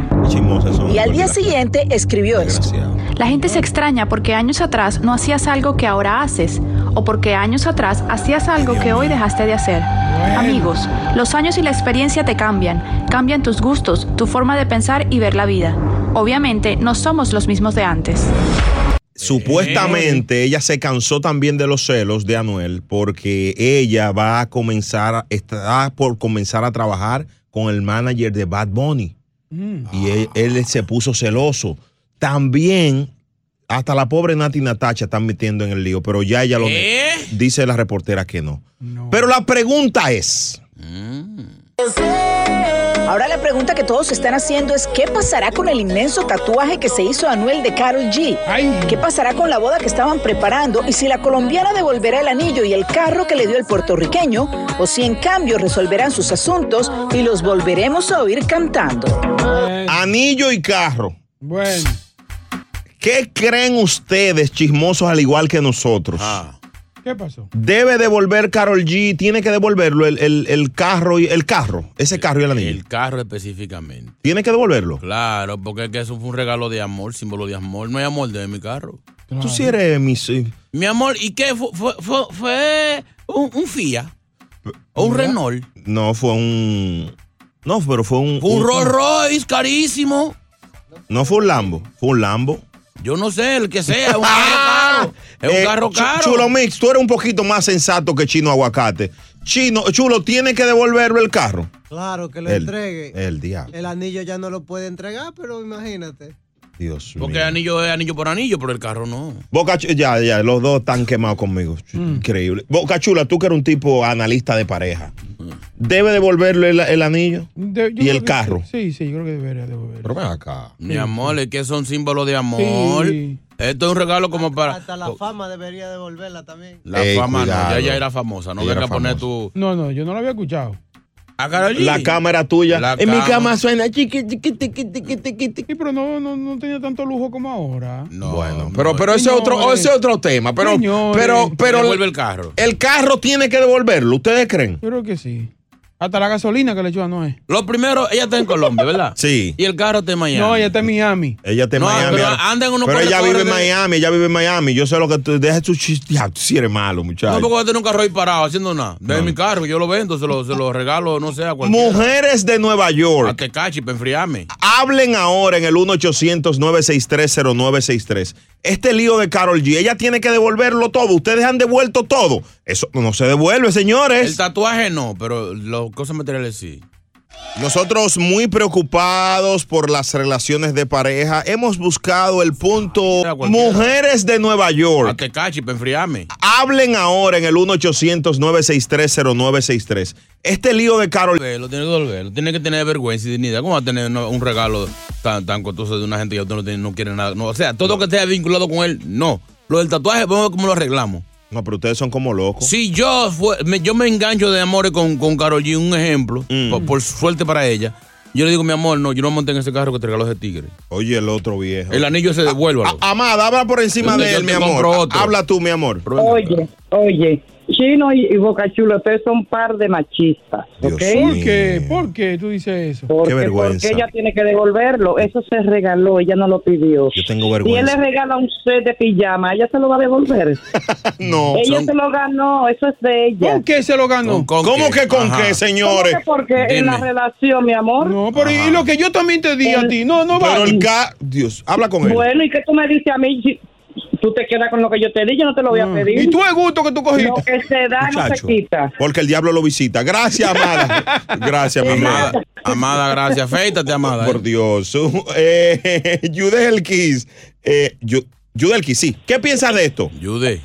Speaker 10: y al día siguiente escribió esto.
Speaker 11: La gente se extraña porque años atrás no hacías algo que ahora haces o porque años atrás hacías algo que hoy dejaste de hacer. Amigos, los años y la experiencia te cambian, cambian tus gustos, tu forma de pensar y ver la vida. Obviamente no somos los mismos de antes.
Speaker 2: Supuestamente ella se cansó también de los celos de Anuel porque ella va a comenzar, está por comenzar a trabajar con el manager de Bad Bunny. Y él, él se puso celoso. También, hasta la pobre Nati Natacha están metiendo en el lío, pero ya ella lo ne- dice la reportera que no. Pero la pregunta es:
Speaker 10: Ahora la pregunta que todos están haciendo es ¿qué pasará con el inmenso tatuaje que se hizo Anuel de Carol G? ¿Qué pasará con la boda que estaban preparando y si la colombiana devolverá el anillo y el carro que le dio el puertorriqueño o si en cambio resolverán sus asuntos y los volveremos a oír cantando?
Speaker 2: anillo y carro. Bueno. ¿Qué creen ustedes, chismosos, al igual que nosotros?
Speaker 6: ¿Qué pasó?
Speaker 2: Debe devolver Carol G, tiene que devolverlo el, el- el carro y el carro, ese carro y el anillo.
Speaker 3: El carro específicamente.
Speaker 2: Tiene que devolverlo.
Speaker 3: Claro, porque es que eso fue un regalo de amor, símbolo de amor. No hay amor de mi carro.
Speaker 2: Tú sí eres eh, mi. sí.
Speaker 3: Mi amor, ¿y qué? Fue, fue, fue, fue un, un FIA. O un Renault.
Speaker 2: No, fue un. No, pero fue un.
Speaker 3: Fue un Rolls Royce carísimo.
Speaker 2: No fue un Lambo, fue un Lambo.
Speaker 3: Yo no sé, el que sea. es Un carro caro. Es un
Speaker 2: Eh,
Speaker 3: carro
Speaker 2: Chu-
Speaker 3: caro.
Speaker 2: Chulo Mix, tú eres un poquito más sensato que Chino Aguacate. Chino, Chulo, tiene que devolverlo el carro.
Speaker 7: Claro, que lo
Speaker 2: El-
Speaker 7: entregue.
Speaker 2: El diablo,
Speaker 7: El anillo ya no lo puede entregar, pero imagínate.
Speaker 2: Dios mío.
Speaker 3: Porque anillo es anillo por anillo, pero el carro no.
Speaker 2: Boca, Chu- ya, ya, los dos están quemados conmigo. Ch-
Speaker 3: Mm.
Speaker 2: Increíble. Boca Chula, tú que eres un tipo analista de pareja.
Speaker 3: Mm.
Speaker 2: ¿Debe devolverle el, el anillo?
Speaker 6: De-
Speaker 2: ¿Y
Speaker 6: yo creo
Speaker 2: el
Speaker 6: que-
Speaker 2: carro?
Speaker 6: Sí, sí, yo creo que debería devolver.
Speaker 2: Pero ven acá.
Speaker 3: Mi amor, es que son símbolos de amor. Esto es un regalo como para.
Speaker 7: Hasta
Speaker 2: Oh.
Speaker 7: la fama debería devolverla también.
Speaker 3: La
Speaker 2: Ey,
Speaker 3: fama no, ya
Speaker 2: cuidado.
Speaker 3: ella era famosa. No
Speaker 2: Ella
Speaker 3: venga
Speaker 2: era
Speaker 3: a poner tu.
Speaker 6: No, no, yo no lo había escuchado.
Speaker 3: A Karol G.
Speaker 2: La cámara tuya.
Speaker 3: La
Speaker 2: en mi
Speaker 3: cámara.
Speaker 2: cama suena chiqui.
Speaker 6: Sí, pero no, no, no tenía tanto lujo como ahora.
Speaker 2: bueno, pero, pero ese es otro,
Speaker 6: Señores.
Speaker 2: ese es otro tema. Pero,
Speaker 6: Señores.
Speaker 2: pero, pero
Speaker 3: Devuelve el carro.
Speaker 2: el carro tiene que devolverlo. ¿Ustedes creen?
Speaker 6: Yo creo que sí. Hasta la gasolina que le echó a Noé.
Speaker 3: Lo primero, ella está en Colombia, ¿verdad?
Speaker 2: Sí.
Speaker 3: Y el carro está en Miami.
Speaker 6: No, ella está en Miami.
Speaker 2: Ella está en
Speaker 3: No,
Speaker 2: Miami.
Speaker 3: pero
Speaker 2: ahora.
Speaker 3: andan unos
Speaker 2: Pero ella
Speaker 3: corredores
Speaker 2: vive en
Speaker 3: de-
Speaker 2: Miami, ella vive en Miami. Yo sé lo que tú. Deja tu chiste. Ya, tú sí eres malo, muchacho.
Speaker 3: No, porque va a tener un carro ahí parado haciendo nada. De mi carro, yo lo vendo, se lo, se lo regalo, no sé, a cualquier.
Speaker 2: Mujeres de Nueva
Speaker 3: A
Speaker 2: York,
Speaker 3: Tecachi, para enfriarme.
Speaker 2: hablen ahora en el 1-800-963-0963. Este lío de Carol G, ella tiene que devolverlo todo. Ustedes han devuelto todo. Eso no se devuelve, señores.
Speaker 3: El tatuaje no, pero las cosas materiales sí.
Speaker 2: Nosotros muy preocupados por las relaciones de pareja, hemos buscado el punto
Speaker 3: Ah, cualquiera. Ah,
Speaker 2: Mujeres de Nueva
Speaker 3: A
Speaker 2: York.
Speaker 3: Tecachi, para enfriarme.
Speaker 2: Hablen ahora en el 1-800-963-0963. Este lío de Carol
Speaker 3: Eh, Lo tiene que devolver, lo tiene que tener vergüenza y dignidad. ¿Cómo va a tener una- un regalo tan, tan costoso de una gente que usted no, tiene- no quiere nada? No, o sea, todo lo que esté vinculado con él, no. Lo del tatuaje, vamos a ver cómo lo arreglamos.
Speaker 2: No, pero ustedes son como locos.
Speaker 3: Si yo fue- me, yo me engancho de amores con, con Karol G, un ejemplo,
Speaker 2: Mm.
Speaker 3: por, por suerte para ella, yo le digo, mi amor, no, yo no monté en ese carro que te regaló ese tigre.
Speaker 2: Oye, el otro viejo. Ah,
Speaker 3: El anillo se devuélvalo.
Speaker 2: A- Amada, habla por encima
Speaker 3: Yo te-
Speaker 2: de
Speaker 3: yo
Speaker 2: él,
Speaker 3: te
Speaker 2: mi amor.
Speaker 3: compro otro.
Speaker 2: Habla tú, mi amor.
Speaker 3: Pero venga,
Speaker 12: Oye, oye, Chino y, y Boca Chula, ustedes son par de machistas,
Speaker 2: Dios
Speaker 12: ¿ok?
Speaker 2: mío.
Speaker 6: ¿Por qué? ¿Por qué tú dices eso?
Speaker 12: Porque,
Speaker 2: Qué vergüenza.
Speaker 12: porque ella tiene que devolverlo, eso se regaló, ella no lo pidió.
Speaker 2: Yo tengo
Speaker 12: Si él le
Speaker 2: vergüenza.
Speaker 12: regala un set de pijama, ella se lo va a devolver.
Speaker 2: No.
Speaker 12: ella se lo ganó, eso es de ella.
Speaker 6: ¿Con qué se lo
Speaker 3: ¿Con-
Speaker 6: ganó?
Speaker 3: con
Speaker 2: ¿Cómo
Speaker 3: qué?
Speaker 2: que con
Speaker 3: Ajá.
Speaker 2: qué,
Speaker 12: ¿Cómo
Speaker 2: señores?
Speaker 12: que Porque en la
Speaker 3: Dime.
Speaker 12: relación, mi amor.
Speaker 6: No, pero y lo que yo también te di a ti. No, no
Speaker 2: Pero
Speaker 6: vale.
Speaker 2: el ca... Dios, habla con él.
Speaker 12: Bueno, ¿y qué tú me dices a mí? Si Tú te quedas con lo que yo te di, yo no te lo voy a pedir.
Speaker 6: Ah. Y tú el gusto que tú
Speaker 12: Lo
Speaker 6: cogiste.
Speaker 12: que se
Speaker 13: Ah,
Speaker 12: da no se
Speaker 2: Muchacho,
Speaker 12: quita.
Speaker 2: porque el diablo lo visita. Gracias, amada. Gracias, mi amada.
Speaker 3: Amada, amada, gracias. Afeítate, amada.
Speaker 2: Por Dios. Su- Eh, Jude Elkis. Eh, Ju- Jude Elkis, sí. ¿Qué piensas de esto?
Speaker 3: Jude.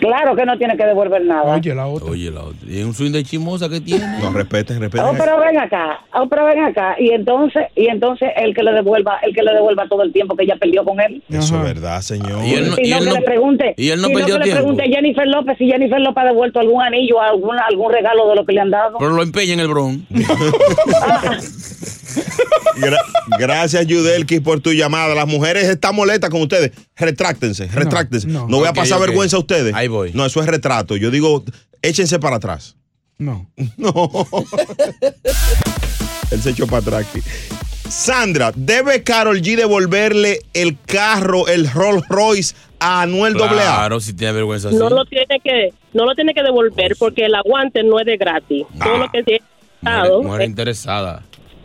Speaker 14: Claro que no tiene que devolver nada.
Speaker 3: la otra. Oye, la otra. Y es un swing de chimosa que tiene.
Speaker 2: No, respeten, respeten.
Speaker 14: Oh, pero ven acá, oh, pero ven acá. Y entonces, y entonces el que le devuelva, el que le devuelva todo el tiempo que ella perdió con él.
Speaker 2: Eso es verdad, señor.
Speaker 14: Y no, que le pregunte,
Speaker 2: y él no
Speaker 14: sino
Speaker 2: perdió
Speaker 14: que le
Speaker 2: tiempo.
Speaker 14: pregunte a Jennifer López si Jennifer López ha devuelto algún anillo, algún, algún regalo de lo que le han dado.
Speaker 3: Pero lo empeña en el bron.
Speaker 2: Gra- gracias, Yudelkis, por tu llamada. Las mujeres están molestas con ustedes. Retráctense, retráctense. No,
Speaker 6: no.
Speaker 2: voy a
Speaker 6: Ok,
Speaker 2: pasar
Speaker 6: ok.
Speaker 2: vergüenza a ustedes. Ahí voy. No, eso es retrato. Yo digo, échense para atrás.
Speaker 6: No.
Speaker 2: No. Él se echó para atrás aquí. Sandra, ¿debe Carol G devolverle el carro, el Rolls Royce a Anuel AA?
Speaker 3: Claro, si tiene vergüenza así. Pues
Speaker 15: No lo tiene que no lo tiene que devolver porque el aguante no es de gratis.
Speaker 3: Ah.
Speaker 15: Todo lo que se ha dado,
Speaker 2: Mujer interesada.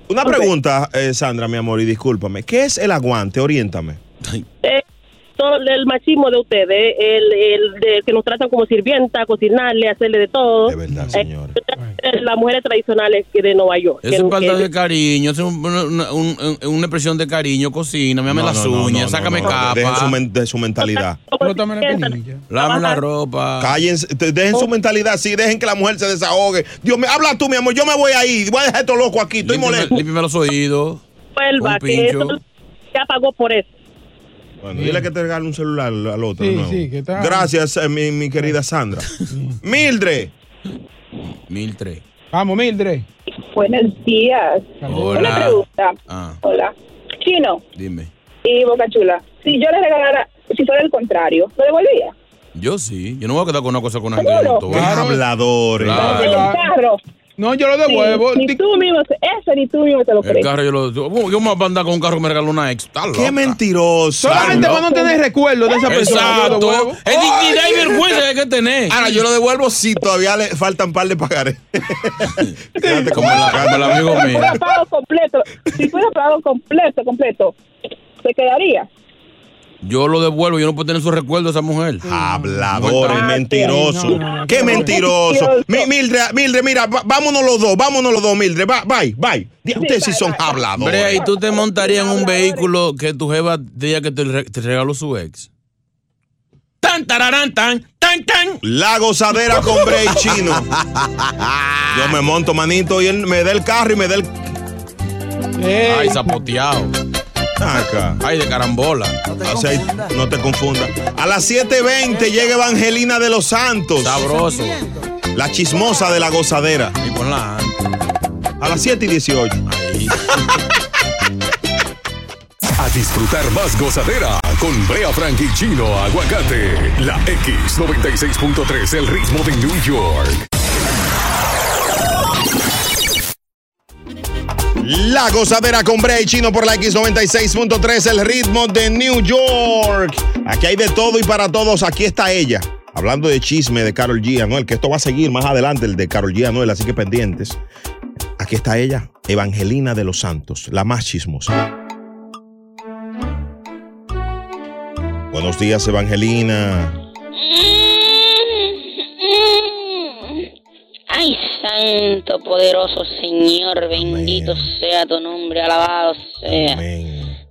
Speaker 2: Una pregunta, eh, Sandra, mi amor, y discúlpame. ¿Qué es el aguante? Oriéntame.
Speaker 15: eh, todo el machismo de ustedes, el, el de que nos tratan como sirvienta, cocinarle, hacerle de todo. De verdad,
Speaker 2: señor.
Speaker 15: las mujeres tradicionales que de Nueva York.
Speaker 3: Eso
Speaker 15: que-
Speaker 3: es falta
Speaker 15: que-
Speaker 3: de cariño, eso es un- una, una- un- eh, una expresión de cariño, cocina, me
Speaker 2: No, no,
Speaker 3: las
Speaker 2: no,
Speaker 3: uñas,
Speaker 2: no,
Speaker 3: sácame
Speaker 2: no, no,
Speaker 3: capa.
Speaker 2: dejen su men- de su mentalidad.
Speaker 3: Lávame la ropa.
Speaker 2: Cállense, te- dejen
Speaker 15: Oh.
Speaker 2: su mentalidad así, dejen que la mujer se desahogue. Dios mío, habla tú, mi amor, yo me voy ahí, voy a dejar esto loco aquí, estoy molesto.
Speaker 3: Límpiame los oídos.
Speaker 6: Pues
Speaker 15: vuelva,
Speaker 2: Un
Speaker 15: que
Speaker 2: pincho.
Speaker 15: eso ya pagó por eso.
Speaker 2: Bueno, dile que te regale un celular al al otro.
Speaker 15: Sí,
Speaker 2: de nuevo.
Speaker 15: sí, que está-
Speaker 2: Gracias, eh, mi, mi querida Sandra. Mildred.
Speaker 3: Mildred.
Speaker 6: Vamos, Mildred.
Speaker 16: Buenos días.
Speaker 3: Hola.
Speaker 16: Una pregunta.
Speaker 3: Ah,
Speaker 16: Hola. Chino
Speaker 3: dime.
Speaker 16: y Boca Chula, si yo le regalara, si fuera el contrario, ¿lo devolvía?
Speaker 3: Yo sí, yo no me voy a quedar con una cosa con una gente que
Speaker 16: Seguro.
Speaker 3: no toco.
Speaker 2: Claro. Habladores.
Speaker 3: Ah,
Speaker 16: El carro.
Speaker 6: No, yo lo
Speaker 3: devuelvo.
Speaker 16: Ni, ni tú mismo, eso ni tú mismo te lo
Speaker 3: El
Speaker 16: crees.
Speaker 3: carro yo lo. Yo, yo me voy a andar con un carro que me regaló una ex. Qué
Speaker 2: mentiroso.
Speaker 6: Solamente cuando tenés recuerdo de esa persona, yo lo
Speaker 3: Exacto.
Speaker 6: devuelvo.
Speaker 3: Es dignidad y
Speaker 6: Oye.
Speaker 3: vergüenza que hay que tener.
Speaker 2: Ahora yo lo devuelvo si todavía le faltan par de pagaré. Quédate como, la- como el amigo
Speaker 16: Si fuera pago completo, si fuera pago completo, completo, se quedaría.
Speaker 3: Yo lo devuelvo, yo no puedo tener su recuerdo esa mujer.
Speaker 2: Hablador, el mentiroso. Qué mentiroso.
Speaker 3: Mentiroso.
Speaker 2: Mi- Mildred, Mildred, mira, va- vámonos los dos, vámonos los dos, Mildred. Va- bye, bye. Di- Ustedes sí son
Speaker 3: Brea,
Speaker 2: habladores.
Speaker 3: ¿y tú te montarías en un vehículo que tu jeva diga que te, re- te regaló su ex? Tan, tararán, tan, tan, tan.
Speaker 2: La gozadera con Bray Chino. Yo me monto, manito, y él me da el carro y me da el.
Speaker 3: Ay, zapoteado. Ay, de carambola.
Speaker 2: O sea, no te confundas. A las 7:20 llega Evangelina de los Santos.
Speaker 3: Sabroso.
Speaker 2: La chismosa de la gozadera.
Speaker 3: Y ponla
Speaker 2: A las 7 y 18.
Speaker 1: A disfrutar más gozadera con Brea Frank y Chino Aguacate. La X96.3, el ritmo de New York.
Speaker 2: La gozadera con Brea y Chino por la X96.3, el ritmo de New York. Aquí hay de todo y para todos. Aquí está ella. Hablando de chisme de Carol G. Anuel, que esto va a seguir más adelante, el de Carol G. Anuel, así que pendientes. Aquí está ella, Evangelina de los Santos, la más chismosa. Buenos días, Evangelina.
Speaker 17: Ay, santo poderoso Señor, bendito sea tu nombre, alabado sea.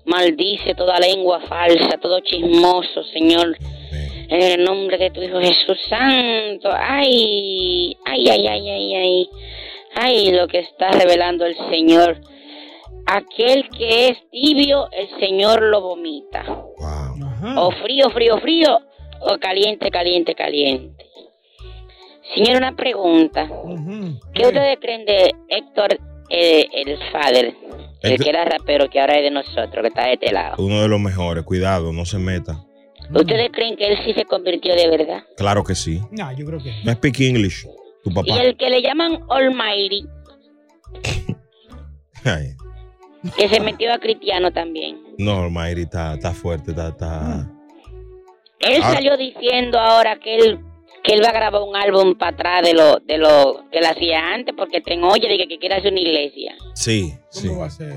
Speaker 17: Maldice toda lengua falsa, todo chismoso, Señor. En el nombre de tu Hijo Jesús Santo. Ay, ay, ay, ay, ay, ay. Ay, lo que está revelando el Señor. Aquel que es tibio, el Señor lo vomita.
Speaker 6: Mm.
Speaker 17: O frío, frío, frío. O caliente, caliente, caliente. Señor, una pregunta. ¿Qué ustedes creen de Héctor, eh, el father? El
Speaker 2: Héctor-
Speaker 17: que era rapero, que ahora es de nosotros, que está de este lado.
Speaker 2: Uno de los mejores, cuidado, no se meta.
Speaker 17: ¿Ustedes creen que él sí se convirtió de verdad?
Speaker 2: Claro que sí.
Speaker 6: No, yo creo que.
Speaker 2: No speak English, tu papá.
Speaker 17: Y el que le llaman Almighty,
Speaker 2: Ay,
Speaker 17: que se metió a Cristiano también.
Speaker 2: No, Mayri, está, está fuerte, está... está-
Speaker 17: Él
Speaker 2: Ah.
Speaker 17: salió diciendo ahora que él que él va a grabar un álbum para atrás de lo de lo que él hacía antes porque ten oye dije que quiere hacer una iglesia.
Speaker 2: Sí, sí.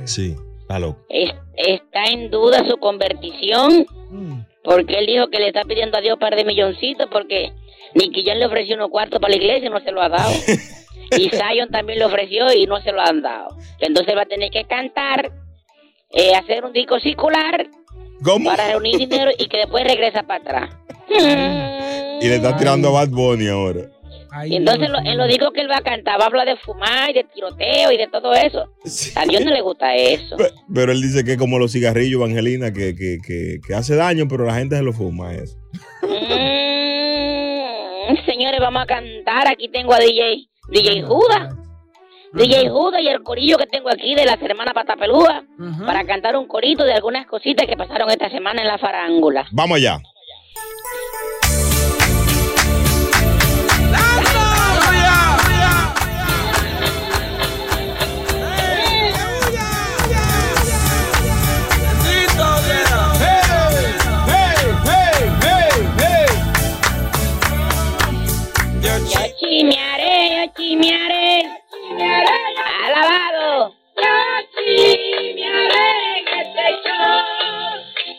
Speaker 2: Sí, está loco.
Speaker 17: Es- está en duda su convertición
Speaker 2: Mm.
Speaker 17: porque él dijo que le está pidiendo a Dios un par de milloncitos porque Nicky Jam le ofreció unos cuartos para la iglesia y no se lo ha dado. y Zion también le ofreció y no se lo han dado. Entonces va a tener que cantar, eh, hacer un disco circular
Speaker 2: ¿Cómo?
Speaker 17: para reunir dinero y que después regresa para atrás.
Speaker 2: Y le está tirando a Bad Bunny ahora.
Speaker 17: Y entonces lo- en lo digo que él va a cantar, va a hablar de fumar y de tiroteo y de todo eso. A Dios no le gusta eso.
Speaker 2: Pero él dice que es como los cigarrillos, Evangelina, que, que, que, que hace daño, pero la gente se lo fuma. Eso.
Speaker 17: Mm, señores, vamos a cantar. Aquí tengo a DJ, DJ Judas. DJ Judas y el corillo que tengo aquí de las hermanas Patapelúa para cantar un corito de algunas cositas que pasaron esta semana en la farándula.
Speaker 2: Vamos allá.
Speaker 17: Yo chimearé, yo chimearé. Alabado. Yo chimearé en este show.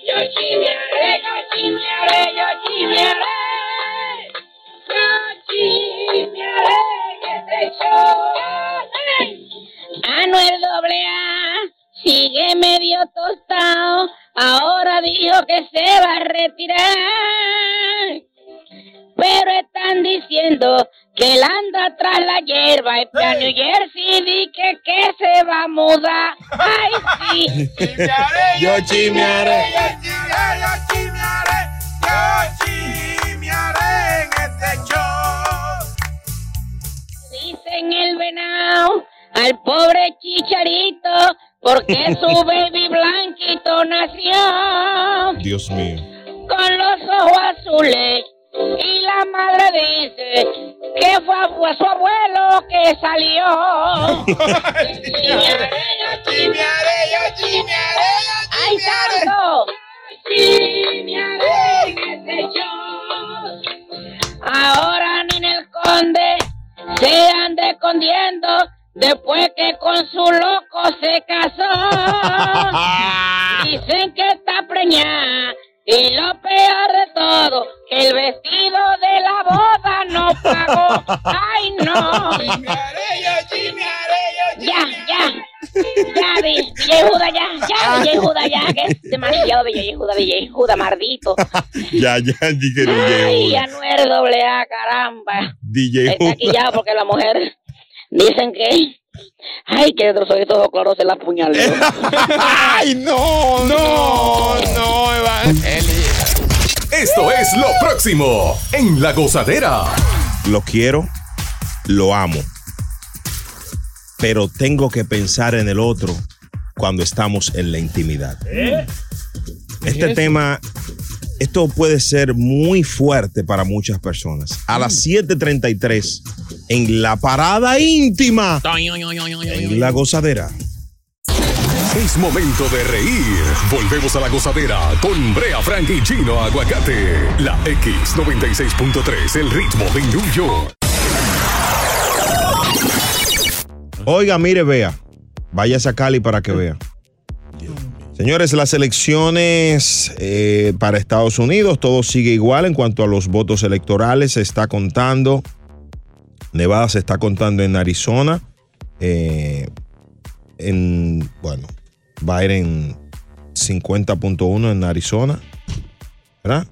Speaker 17: Yo chimearé, yo chimearé, yo chimearé. Yo chimearé en este show. Anuel doble A sigue medio tostado. Ahora dijo que se va a retirar pero están diciendo que él anda tras la hierba y para New Jersey di que, que se va a mudar. Ay, sí.
Speaker 2: Yo chimearé.
Speaker 17: Dicen el venado al pobre chicharito porque su baby blanquito nació.
Speaker 2: Dios mío.
Speaker 17: con los ojos azules y la madre dice que fue, a- fue a su abuelo que salió. ¡Ay, santo! Ahora ni en el conde se anda escondiendo después que con su loco se casó. Dicen que está preñada y lo peor de todo, que el vestido de la boda no pagó. ¡Ay, no! Ya, ya. Ya, vi- DJ Juda, ya, ya,
Speaker 2: Ah.
Speaker 17: DJ Juda, ya, que es demasiado DJ Juda, DJ Juda, maldito.
Speaker 2: Ya, ya, dije
Speaker 17: Ay,
Speaker 2: DJ Judas.
Speaker 17: Anuel doble A, caramba.
Speaker 2: DJ
Speaker 17: Está aquí ya porque la mujer dicen que. Ay, que los ojitos claros se la puñaló.
Speaker 2: ¡Ay, no! ¡No! ¡No,
Speaker 1: Esto es lo próximo en La Gozadera.
Speaker 2: Lo quiero, lo amo. Pero tengo que pensar en el otro cuando estamos en la intimidad. Este tema, esto puede ser muy fuerte para muchas personas. A las 7:33, en la parada íntima, en la gozadera.
Speaker 1: Es momento de reír. Volvemos a la gozadera con Brea Frank y Chino Aguacate. La X96.3, el ritmo de New York.
Speaker 2: Oiga, mire, vea. Váyase a Cali para que vea. Señores, las elecciones eh, para Estados Unidos, todo sigue igual en cuanto a los votos electorales. Se está contando. Nevada se está contando en Arizona. Eh, en, bueno, va a ir en 50.1 en Arizona. ¿Verdad?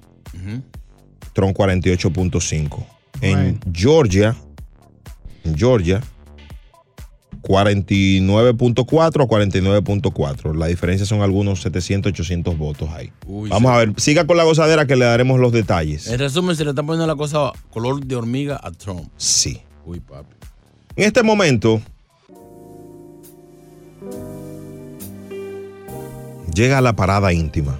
Speaker 2: Trump 48.5. En Georgia, en Georgia, 49.4 a 49.4. La diferencia son algunos 700, 800 votos ahí.
Speaker 3: Uy,
Speaker 2: Vamos a ver, siga con la gozadera que le daremos los detalles.
Speaker 3: En resumen, se le está poniendo la cosa color de hormiga a Trump.
Speaker 2: Sí.
Speaker 3: Uy, papi.
Speaker 2: En este momento llega la parada íntima.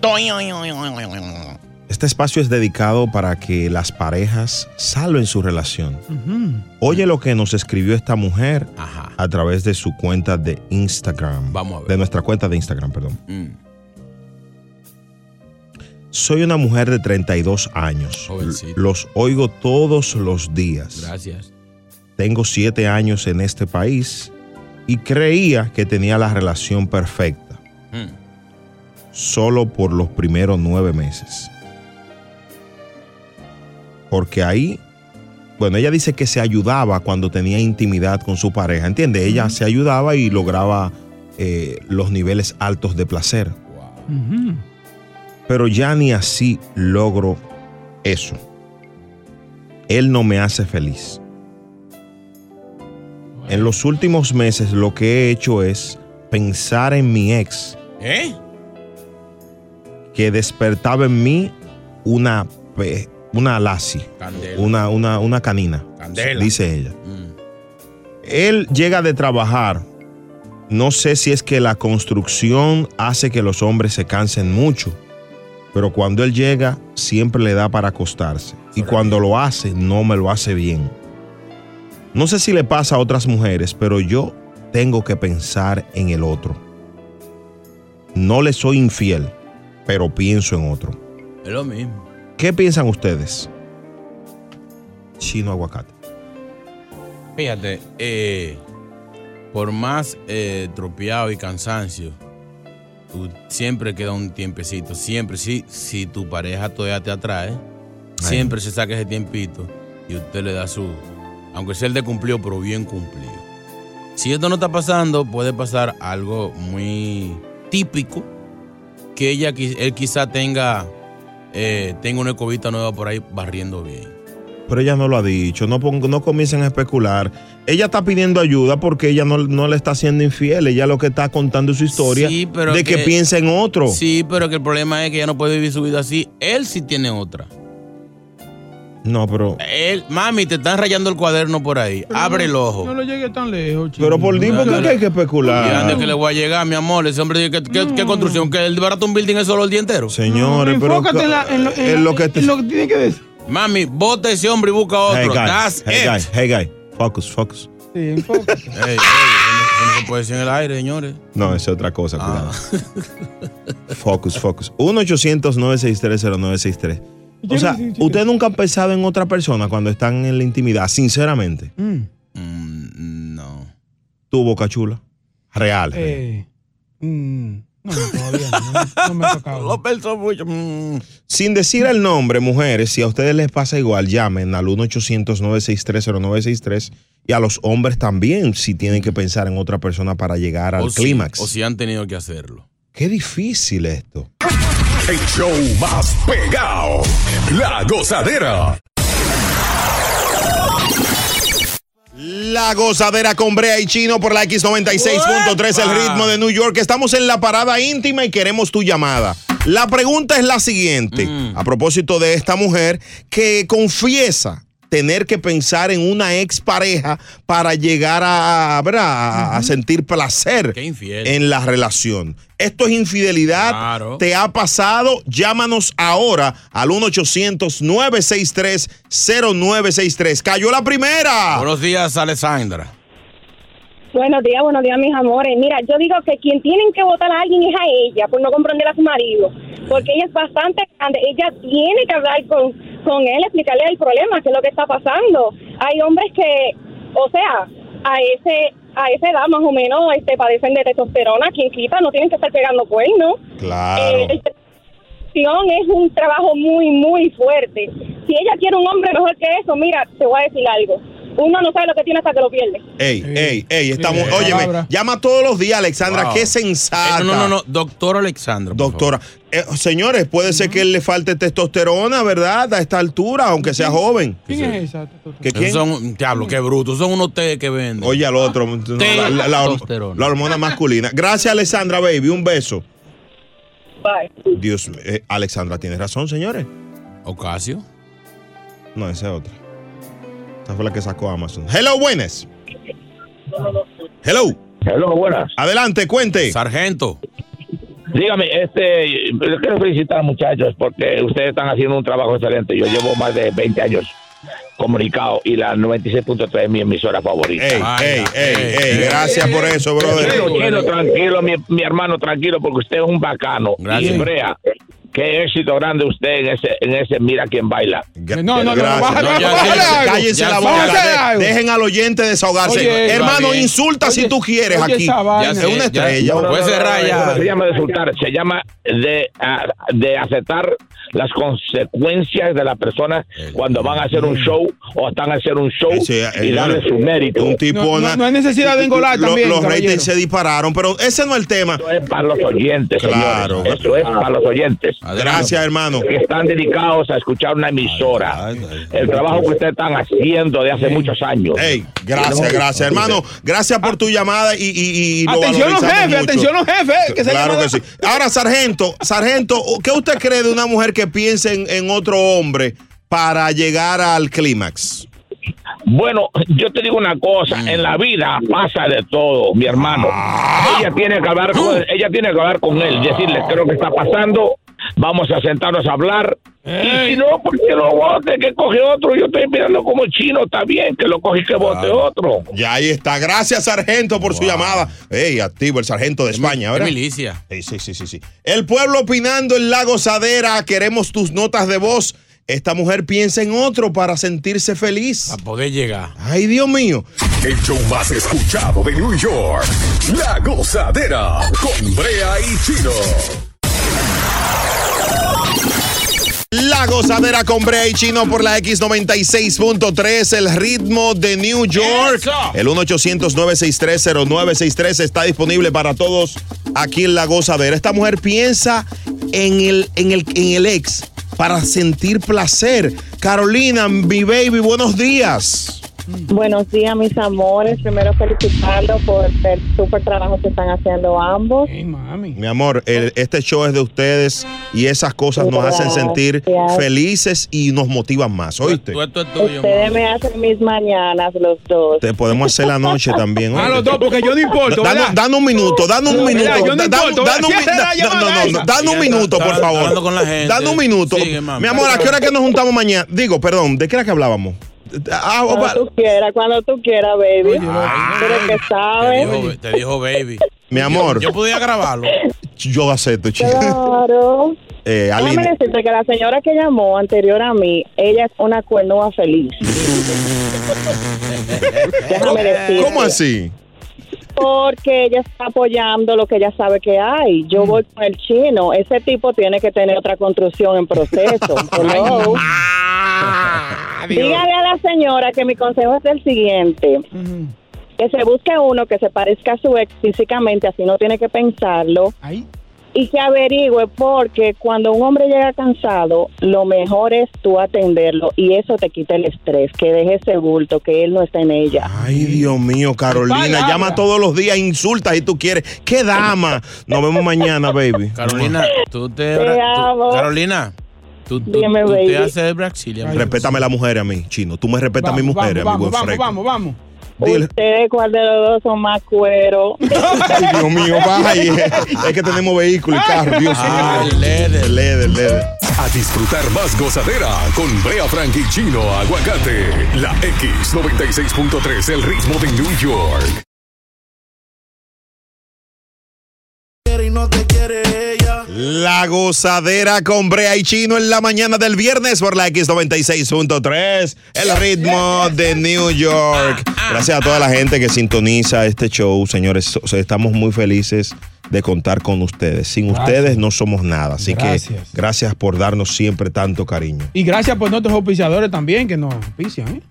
Speaker 2: Este espacio es dedicado para que las parejas salven su relación. Oye lo que nos escribió esta mujer a través de su cuenta de Instagram. Vamos a ver. De nuestra cuenta de Instagram, perdón. Soy una mujer de 32 años. Los oigo todos los días.
Speaker 3: Gracias.
Speaker 2: Tengo siete años en este país y creía que tenía la relación perfecta.
Speaker 3: Mm.
Speaker 2: Solo por los primeros nueve meses. Porque ahí, bueno, ella dice que se ayudaba cuando tenía intimidad con su pareja, ¿entiende? Ella se ayudaba y lograba eh, los niveles altos de placer. Pero ya ni así logro eso. Él no me hace feliz. En los últimos meses lo que he hecho es pensar en mi ex
Speaker 3: ¿Eh?
Speaker 2: que despertaba en mí una, pe- una lazi,
Speaker 3: Candela.
Speaker 2: una, una, una canina,
Speaker 3: Candela. Mm.
Speaker 2: dice ella. Él llega de trabajar. No sé si es que la construcción hace que los hombres se cansen mucho, pero cuando él llega siempre le da para acostarse. Y cuando lo hace, no me lo hace bien. No sé si le pasa a otras mujeres, pero yo tengo que pensar en el otro. No le soy infiel, pero pienso en otro.
Speaker 3: Es lo mismo.
Speaker 2: ¿Qué piensan ustedes? Chino aguacate.
Speaker 3: Fíjate, eh, por más eh, tropeado y cansancio, tú siempre queda un tiempecito. Siempre, si, si tu pareja todavía te atrae, siempre se saca ese tiempito y usted le da su. Aunque sea el de cumplido, pero bien cumplido. Si esto no está pasando, puede pasar algo muy típico. Que ella, qui- él quizá tenga, eh, tenga una escobita nueva por ahí barriendo bien.
Speaker 2: Pero ella no lo ha dicho, no, pong- no comiencen a especular. Ella está pidiendo ayuda porque ella no, no le está siendo infiel, ella lo que está contando es su historia
Speaker 3: Sí, pero
Speaker 2: de que,
Speaker 3: que-
Speaker 2: piensa en otro.
Speaker 3: Sí, pero que el problema es que ella no puede vivir su vida así. Él sí tiene otra.
Speaker 2: No, pero...
Speaker 3: Él, mami, te están rayando el cuaderno por ahí. Abre el ojo.
Speaker 6: No lo llegué tan lejos, chico.
Speaker 2: Pero por Dios, ¿por qué que hay que
Speaker 3: Y
Speaker 2: especular?
Speaker 3: antes que le voy a llegar, mi amor. Ese hombre dice, ¿qué, qué,
Speaker 6: Mm.
Speaker 3: qué construcción? ¿Que el barato un building es solo el día entero?
Speaker 2: Señores, pero...
Speaker 6: Enfócate en, la- Ah, en lo, en
Speaker 2: es
Speaker 6: la-
Speaker 2: lo que te-
Speaker 6: en lo que tiene que decir.
Speaker 3: Mami, bota ese hombre y busca otro.
Speaker 2: Hey, guy,
Speaker 3: That's
Speaker 2: hey,
Speaker 3: it.
Speaker 2: guy, hey, guy. Focus, focus.
Speaker 6: Sí, enfócate.
Speaker 3: Ey, ey, eso no- eso no se puede decir en el aire, señores.
Speaker 2: No, es otra cosa, cuidado.
Speaker 3: Ah.
Speaker 2: Focus, focus. 1-800-963-0963. O sea, ¿ustedes nunca han pensado en otra persona cuando están en la intimidad? Sinceramente.
Speaker 3: Mm, no.
Speaker 2: Tu boca chula. Real.
Speaker 6: Eh, mm, no, todavía no. No me ha tocado. Lo
Speaker 3: pensó mucho. mm.
Speaker 2: Sin decir el nombre, mujeres, si a ustedes les pasa igual, llamen al 1-800-963-0963 y a los hombres también, si tienen que pensar en otra persona para llegar al
Speaker 3: O si-
Speaker 2: clímax.
Speaker 3: o si han tenido que hacerlo.
Speaker 2: Qué difícil esto.
Speaker 1: El show más pegado. La gozadera.
Speaker 2: La gozadera con Brea y Chino por la X96.3, el ritmo de New York. Estamos en la parada íntima y queremos tu llamada. La pregunta es la siguiente,
Speaker 3: Mm.
Speaker 2: a propósito de esta mujer que confiesa tener que pensar en una expareja para llegar a, a- ¿verdad? a- a sentir placer
Speaker 3: Qué infiel.
Speaker 2: en la relación. Esto es infidelidad.
Speaker 3: Claro.
Speaker 2: ¿Te ha pasado? Llámanos ahora al 1-800-963-0963. Cayó la primera.
Speaker 3: Buenos días, Alessandra.
Speaker 16: Buenos días, buenos días, mis amores. Mira, yo digo que quien tienen que votar a alguien es a ella, por no comprender a su marido, porque ella es bastante grande. Ella tiene que hablar con, con él, explicarle el problema, qué es lo que está pasando. Hay hombres que, o sea, a ese a esa edad más o menos este padecen de testosterona, quien quita, no tienen que estar pegando cuernos.
Speaker 2: Claro.
Speaker 16: Eh, relación es un trabajo muy, muy fuerte. Si ella quiere un hombre mejor que eso, mira, te voy a decir algo. Uno no sabe lo que tiene hasta que lo pierde.
Speaker 2: Ey, ey, ey, estamos.
Speaker 3: Sí,
Speaker 2: óyeme,
Speaker 3: palabra.
Speaker 2: llama todos los días, Alexandra,
Speaker 3: Wow.
Speaker 2: qué sensata.
Speaker 3: Eh, no, no, no, no, doctor Alexandra. por
Speaker 2: Doctora, Eh, señores, puede ser que le falte testosterona, ¿verdad? A esta altura, aunque sea joven.
Speaker 6: ¿Quién es esa?
Speaker 2: ¿Que quién?
Speaker 3: Son, diablo, qué bruto. Son unos té que venden.
Speaker 2: Oye, al otro. no, La, la- la horm- la hormona masculina. Gracias, Alexandra, baby. Un beso. Dios mío. eh, Alexandra, tienes razón, señores.
Speaker 3: Ocasio.
Speaker 2: No, esa es otra. Esta fue la que sacó Amazon. Hello, buenas. Hello.
Speaker 5: Hello, buenas.
Speaker 2: Adelante, cuente.
Speaker 3: Sargento.
Speaker 5: Dígame, este, yo quiero felicitar muchachos porque ustedes están haciendo un trabajo excelente. Yo llevo más de 20 años comunicado y la 96.3 es mi emisora favorita.
Speaker 2: Ey, ey, ey, ey, gracias por eso, brother.
Speaker 5: Chino, Chino, tranquilo, mi, mi hermano, tranquilo, porque usted es un bacano.
Speaker 2: Gracias.
Speaker 5: Y Brea, qué éxito grande usted en ese, en ese Mira quién baila.
Speaker 6: no, no,
Speaker 2: Gracias.
Speaker 6: baja,
Speaker 2: No,
Speaker 6: baja,
Speaker 2: ya,
Speaker 6: baja,
Speaker 2: ya,
Speaker 6: baja,
Speaker 2: Cállense
Speaker 6: ya,
Speaker 2: la
Speaker 6: baja, baja,
Speaker 2: boca.
Speaker 6: baja.
Speaker 2: de- Dejen al oyente desahogarse.
Speaker 6: Oye,
Speaker 2: Hermano,
Speaker 6: está bien.
Speaker 2: insulta si tú quieres
Speaker 5: oye,
Speaker 2: aquí.
Speaker 5: esa vaina.
Speaker 2: Es
Speaker 5: Ya
Speaker 2: una
Speaker 5: sé, ya-
Speaker 2: estrella.
Speaker 5: No, no, no, no, no, no se llama de insultar, se llama de, ah, de aceptar las consecuencias de las personas cuando van a hacer un show o están a hacer un show
Speaker 2: eh,
Speaker 5: y darle su mérito.
Speaker 2: Un tipo na- lo- Los ratings se dispararon, pero ese no es el tema. Eso
Speaker 5: es para los oyentes,
Speaker 2: Claro.
Speaker 5: señores. Eso es para los oyentes.
Speaker 2: Gracias, hermano.
Speaker 5: Que están dedicados a escuchar una emisora. El trabajo que ustedes están haciendo de hace muchos años.
Speaker 2: Gracias, gracias, hermano. Gracias por tu llamada y, y, y lo
Speaker 6: Atención los
Speaker 2: valorizamos
Speaker 6: jefes,
Speaker 2: mucho.
Speaker 6: atención los jefes. Que se
Speaker 2: claro
Speaker 6: llama-
Speaker 2: que sí. Ahora, sargento, sargento, ¿qué usted cree de una mujer que piense en, en otro hombre para llegar al clímax?
Speaker 5: Bueno, yo te digo una cosa, en la vida pasa de todo, mi hermano. Ella tiene que hablar con él, ella tiene que hablar con él, decirle creo que está pasando, vamos a sentarnos a hablar. Y si no, porque lo vote, que coge otro, yo estoy mirando como chino, está bien, que lo coge y que vote Pues otro.
Speaker 2: Ya ahí está. Gracias, sargento, por su llamada. Ey, activo el sargento de España, ¿verdad?
Speaker 3: milicia.
Speaker 2: Sí, sí, sí, sí, sí. El pueblo opinando en la gozadera. Queremos tus notas de voz. Esta mujer piensa en otro para sentirse
Speaker 6: Ah.
Speaker 2: feliz. A
Speaker 3: poder llegar.
Speaker 2: Ay, Dios mío.
Speaker 1: El show más escuchado de New York. La gozadera con Brea y Chino.
Speaker 2: La gozadera con Brea y Chino por la X96.3, el ritmo de New York. El 1-800-963-0963 está disponible para todos aquí en La Gozadera. Esta mujer piensa en el, en el, en el ex para sentir placer. Carolina, mi baby, buenos días.
Speaker 18: Buenos días, mis amores. Primero felicitarlos por el súper trabajo que están haciendo ambos.
Speaker 2: Mi amor, el- este show es de ustedes y esas cosas nos hacen sentir
Speaker 18: Gracias.
Speaker 2: felices y nos motivan más, ¿oíste?
Speaker 18: Ustedes me hacen mis mañanas los dos.
Speaker 2: Te podemos hacer la noche también.
Speaker 18: A
Speaker 2: ¿oíste?
Speaker 18: los dos, porque yo no importo,
Speaker 2: Danos-
Speaker 18: ¿verdad?
Speaker 2: danos un minuto, danos un minuto.
Speaker 18: Mira, yo no
Speaker 2: da- danos-
Speaker 18: importo,
Speaker 2: danos un
Speaker 18: ¿verdad?
Speaker 2: mi-
Speaker 18: Cierra la
Speaker 2: da- no,
Speaker 18: llamada
Speaker 2: no, no,
Speaker 18: esa.
Speaker 2: danos un
Speaker 3: Ya está,
Speaker 2: minuto,
Speaker 3: está
Speaker 2: por favor.
Speaker 3: hablando con la gente.
Speaker 2: Danos un minuto.
Speaker 3: Sigue, mami.
Speaker 2: Mi amor, ¿a qué hora que nos juntamos mañana? Digo, perdón, ¿de qué era que hablábamos? Ah,
Speaker 18: Cuando
Speaker 2: opa.
Speaker 18: tú quieras, cuando tú quieras, baby. Pero que sabes.
Speaker 3: Dijo- te dijo baby.
Speaker 2: Mi amor.
Speaker 3: Yo podía grabarlo.
Speaker 2: Yo acepto, chico.
Speaker 18: Claro.
Speaker 2: Eh,
Speaker 18: Déjame
Speaker 2: Aline.
Speaker 18: decirte que la señora que llamó anterior a mí, ella es una cuernúa feliz. Déjame decirte.
Speaker 2: ¿Cómo así?
Speaker 18: Porque ella está apoyando lo que ella sabe que hay. Yo voy con el chino. Ese tipo tiene que tener otra construcción en proceso. Hello. Dígale a la señora que mi consejo es el siguiente. Que se busque uno que se parezca a su ex físicamente, así no tiene que pensarlo. Y que averigüe, porque cuando un hombre llega cansado, lo mejor es tú atenderlo y eso te quita el estrés, que deje ese bulto, que él no está en ella.
Speaker 2: Ay, Dios mío, Carolina,
Speaker 18: Palabra.
Speaker 2: llama todos los días, insulta si tú quieres. ¡Qué dama! Nos vemos mañana, baby.
Speaker 3: Carolina, tú te.
Speaker 18: Te amo.
Speaker 3: Carolina, tú, tú-
Speaker 18: Dime,
Speaker 3: tú
Speaker 18: baby.
Speaker 3: te haces el Braxilia. mi amor.
Speaker 2: Respétame a la mujer a mí, chino. Tú me respetas a mi mujer, a mi buen freco.
Speaker 18: vamos, vamos. Ustedes, ¿cuál de los dos son más cuero?
Speaker 2: Ay, Dios mío, vaya. eh. Es que tenemos vehículo y carro, Dios
Speaker 18: Ah.
Speaker 2: mío.
Speaker 1: Leder, A disfrutar más gozadera con Brea Frank y Chino Aguacate. La X96.3, el ritmo de New York.
Speaker 2: La gozadera con Brea y Chino en la mañana del viernes por la X96.3, el ritmo de New York. Gracias a toda la gente que sintoniza este show, señores. So- so- Estamos muy felices de contar con ustedes. Sin ustedes no somos nada. Así
Speaker 6: Gracias.
Speaker 2: que gracias por darnos siempre tanto cariño.
Speaker 6: Y gracias por nuestros auspiciadores también que nos auspician. ¿eh?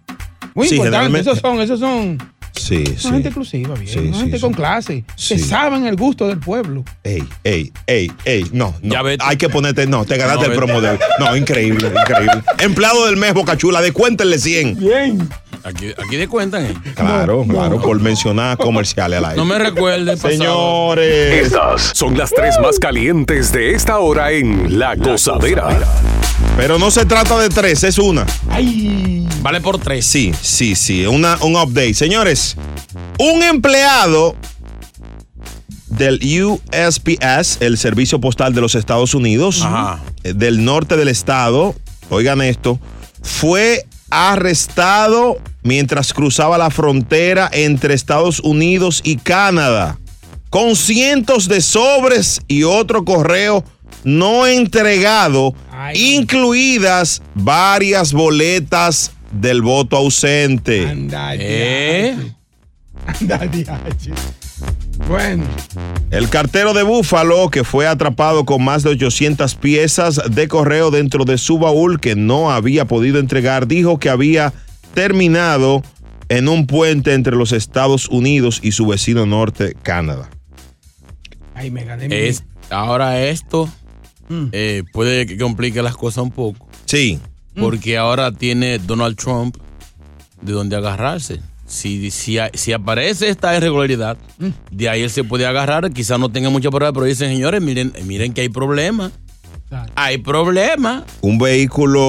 Speaker 6: Muy
Speaker 2: Sí,
Speaker 6: importante.
Speaker 2: generalmente-
Speaker 6: Esos son, esos son.
Speaker 2: Sí,
Speaker 6: son gente exclusiva, bien. son gente con clase.
Speaker 2: Sí.
Speaker 6: Que saben el gusto del pueblo.
Speaker 2: Ey, ey, ey, ey, no, no. hay que ponerte, no, te ganaste el promo de hoy. No, increíble, increíble. Empleado del mes, Bocachula, descuéntenle 100.
Speaker 6: Bien.
Speaker 3: Aquí, aquí te cuentan, ¿eh?
Speaker 2: Claro, claro, por mencionar comerciales al aire.
Speaker 3: No me recuerdes,
Speaker 2: Señores.
Speaker 1: Estas son las tres más calientes de esta hora en La Gozadera.
Speaker 2: Pero no se trata de tres, es una.
Speaker 3: Vale por tres.
Speaker 2: Sí, sí, sí, una, un update. Señores, un empleado del USPS, el Servicio Postal de los Estados Unidos, eh, del norte del estado, oigan esto, fue arrestado mientras cruzaba la frontera entre Estados Unidos y Canadá, con cientos de sobres y otro correo no entregado, incluidas varias boletas del voto ausente.
Speaker 6: Anda,
Speaker 2: ¿Eh?
Speaker 6: Anda, diache.
Speaker 2: Bueno. El cartero de Búfalo, que fue atrapado con más de 800 piezas de correo dentro de su baúl que no había podido entregar, dijo que había terminado en un puente entre los Estados Unidos y su vecino norte, Canadá.
Speaker 6: Ay, me gané. mi- Mm.
Speaker 3: Es, ahora esto eh, puede que complique las cosas un poco.
Speaker 2: Sí.
Speaker 6: Mm.
Speaker 3: Porque ahora tiene Donald Trump de dónde agarrarse. Si, si, a- si aparece esta irregularidad,
Speaker 6: Mm.
Speaker 3: de ahí él se puede agarrar. Quizás no tenga mucha prueba, pero dicen, señores, miren, miren que hay problemas. Hay problemas.
Speaker 2: Un vehículo,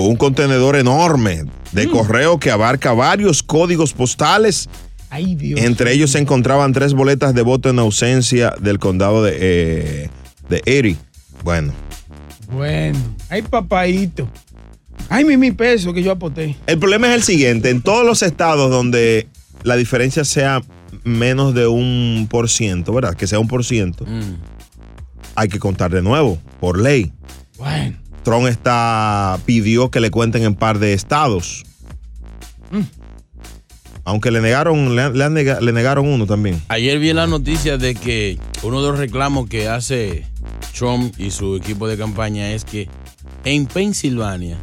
Speaker 2: un contenedor enorme de correo que abarca varios códigos postales. Entre ellos se encontraban tres boletas de voto en ausencia del condado de, eh, de Erie. Bueno.
Speaker 6: Bueno. Ay, papadito. Ay, mi, mi peso que yo apoté.
Speaker 2: El problema es el siguiente: en todos los estados donde la diferencia sea menos de un por ciento, ¿verdad? Que sea un por ciento, hay que contar de nuevo, por ley. Trump está, pidió que le cuenten en par de estados. Aunque le negaron, le, han- le han nega- le negaron uno también.
Speaker 3: Ayer vi la noticia de que uno de los reclamos que hace Trump y su equipo de campaña es que en Pensilvania,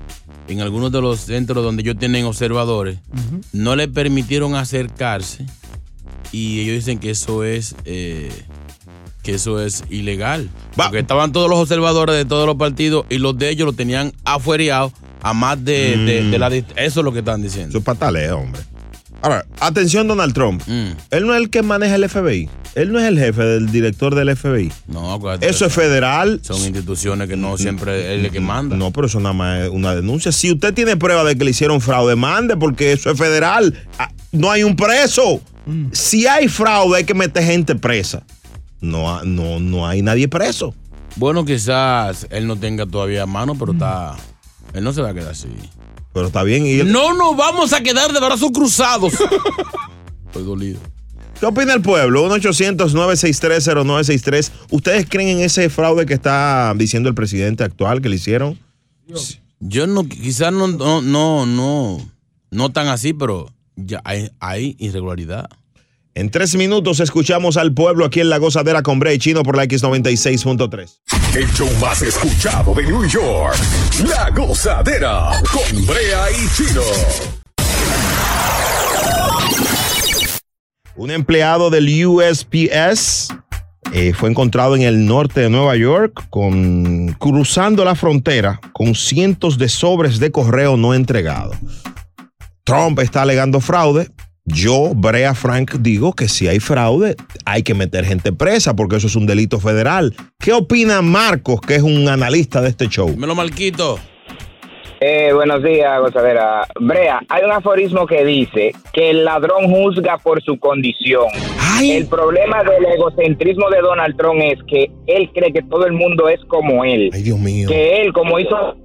Speaker 3: en algunos de los centros donde ellos tienen observadores, no le permitieron acercarse y ellos dicen que eso es eh, que eso es ilegal. Porque estaban todos los observadores de todos los partidos y los de ellos lo tenían afuereado a más de, de-
Speaker 2: Mm.
Speaker 3: de la dist- Eso es lo que están diciendo.
Speaker 2: Eso es pataleo, hombre. Ahora, atención, Donald Trump. Él no es el que maneja el FBI. Él no es el jefe del director del FBI.
Speaker 3: No, acuérdate,
Speaker 2: Eso es federal.
Speaker 3: son instituciones que no siempre es el que manda.
Speaker 2: No, pero eso nada más es una denuncia. Si usted tiene prueba de que le hicieron fraude, mande, porque eso es federal. Ah, No hay un preso. Si hay fraude, hay que meter gente presa. No, ha- no, no hay nadie preso.
Speaker 3: Bueno, quizás él no tenga todavía mano, pero está. Él no se va a quedar así.
Speaker 2: Mm. Pero está bien. Y
Speaker 3: No nos vamos a quedar de brazos cruzados. Estoy dolido.
Speaker 2: ¿Qué opina el pueblo? 1-800-963-0963. ¿Ustedes creen en ese fraude que está diciendo el presidente actual que le hicieron?
Speaker 3: Yo no, quizás no, no, no, no, no tan así, pero ya hay, hay irregularidad.
Speaker 2: En tres minutos escuchamos al pueblo aquí en La Gozadera con Bray Chino por la X96.3.
Speaker 1: El show más escuchado de New York. La gozadera con Brea y Chino.
Speaker 2: Un empleado del USPS eh, fue encontrado en el norte de Nueva York con- cruzando la frontera con cientos de sobres de correo no entregados. Trump está alegando fraude. Yo, Brea Frank, digo que si hay fraude hay que meter gente presa porque eso es un delito federal. ¿Qué opina Marcos, que es un analista de este show?
Speaker 3: Me lo malquito.
Speaker 13: Eh, buenos días, gozadera. Brea, hay un aforismo que dice que el ladrón juzga por su condición. El problema del egocentrismo de Donald Trump es que él cree que todo el mundo es como él. Que él, como hizo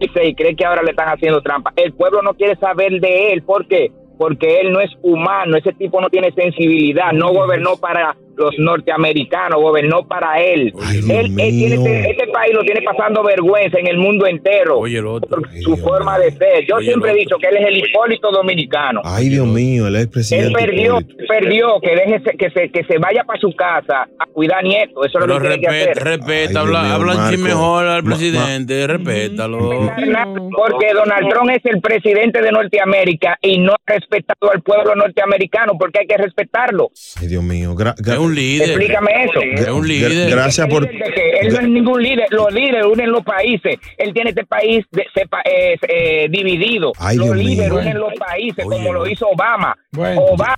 Speaker 13: dice, y cree que ahora le están haciendo trampa. El pueblo no quiere saber de él. ¿Por qué? Porque él no es humano, ese tipo no tiene sensibilidad, no gobernó para los norteamericanos, gobernó para él. él, él tiene, este, este país lo tiene pasando vergüenza en el mundo entero. por su forma de ser. Yo siempre he dicho que él es el hipólito dominicano.
Speaker 2: Ay, Dios mío, el expresidente.
Speaker 13: Él perdió, perdió, que deje que se, que se vaya para su casa a cuidar nietos. Eso es lo
Speaker 3: Pero
Speaker 13: que tiene que
Speaker 3: respeta,
Speaker 13: hacer.
Speaker 3: respeta, habla, habla así mejor al presidente,
Speaker 2: Mm.
Speaker 3: respétalo.
Speaker 13: Porque Donald Trump es el presidente de Norteamérica y no ha respetado al pueblo norteamericano porque hay que respetarlo.
Speaker 2: Ay, Dios mío. gra- gra-
Speaker 3: Es un líder.
Speaker 13: Explícame eso.
Speaker 2: Gra- gra- Gracias por.
Speaker 13: De que él no es ningún líder, los líderes unen los países. Él tiene este país de- sepa- eh, eh, dividido.
Speaker 2: Ay,
Speaker 13: los
Speaker 2: Dios mío.
Speaker 13: líderes unen los países como lo hizo Obama. Obama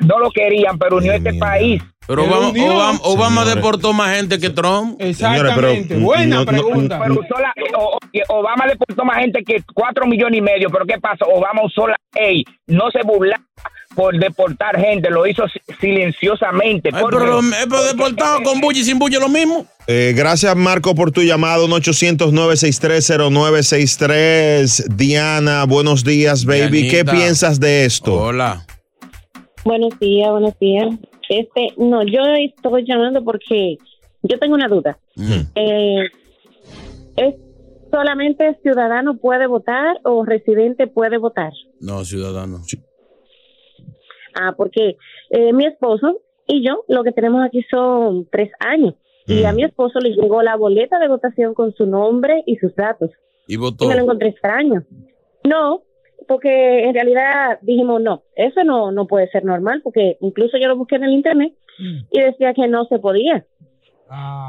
Speaker 13: no lo querían, pero unió este país.
Speaker 3: Pero Obama, Obama- Obama deportó más gente que Trump.
Speaker 13: Exactamente. Buena pregunta. Pero usó la- o- o- Obama deportó más gente que 4 millones y medio. Pero ¿qué pasó? Obama usó la ley. No se burlaba por deportar gente. Lo hizo si- silenciosamente.
Speaker 3: Ay, pero lo- eh, pero deportado con bulla y sin bulla es lo mismo.
Speaker 2: Eh, gracias, Marco, por tu llamado. 1-800-963-0963. Diana, buenos días, baby. ¿Qué
Speaker 19: Dianita.
Speaker 2: piensas de esto?
Speaker 3: Hola.
Speaker 19: Buenos días, buenos días. Este, no, yo estoy llamando porque yo tengo una duda. Eh, ¿Es solamente ciudadano puede votar o residente puede votar?
Speaker 3: No, ciudadano.
Speaker 19: Ah, porque eh, mi esposo
Speaker 16: y yo lo que tenemos aquí son tres años. Y a mi esposo le llegó la boleta de votación con su nombre y sus datos.
Speaker 3: Y
Speaker 16: Y
Speaker 3: votó.
Speaker 16: me lo encontré extraño. No, porque en realidad dijimos, no, eso no, no puede ser normal, porque incluso yo lo busqué en el internet y decía que no se podía.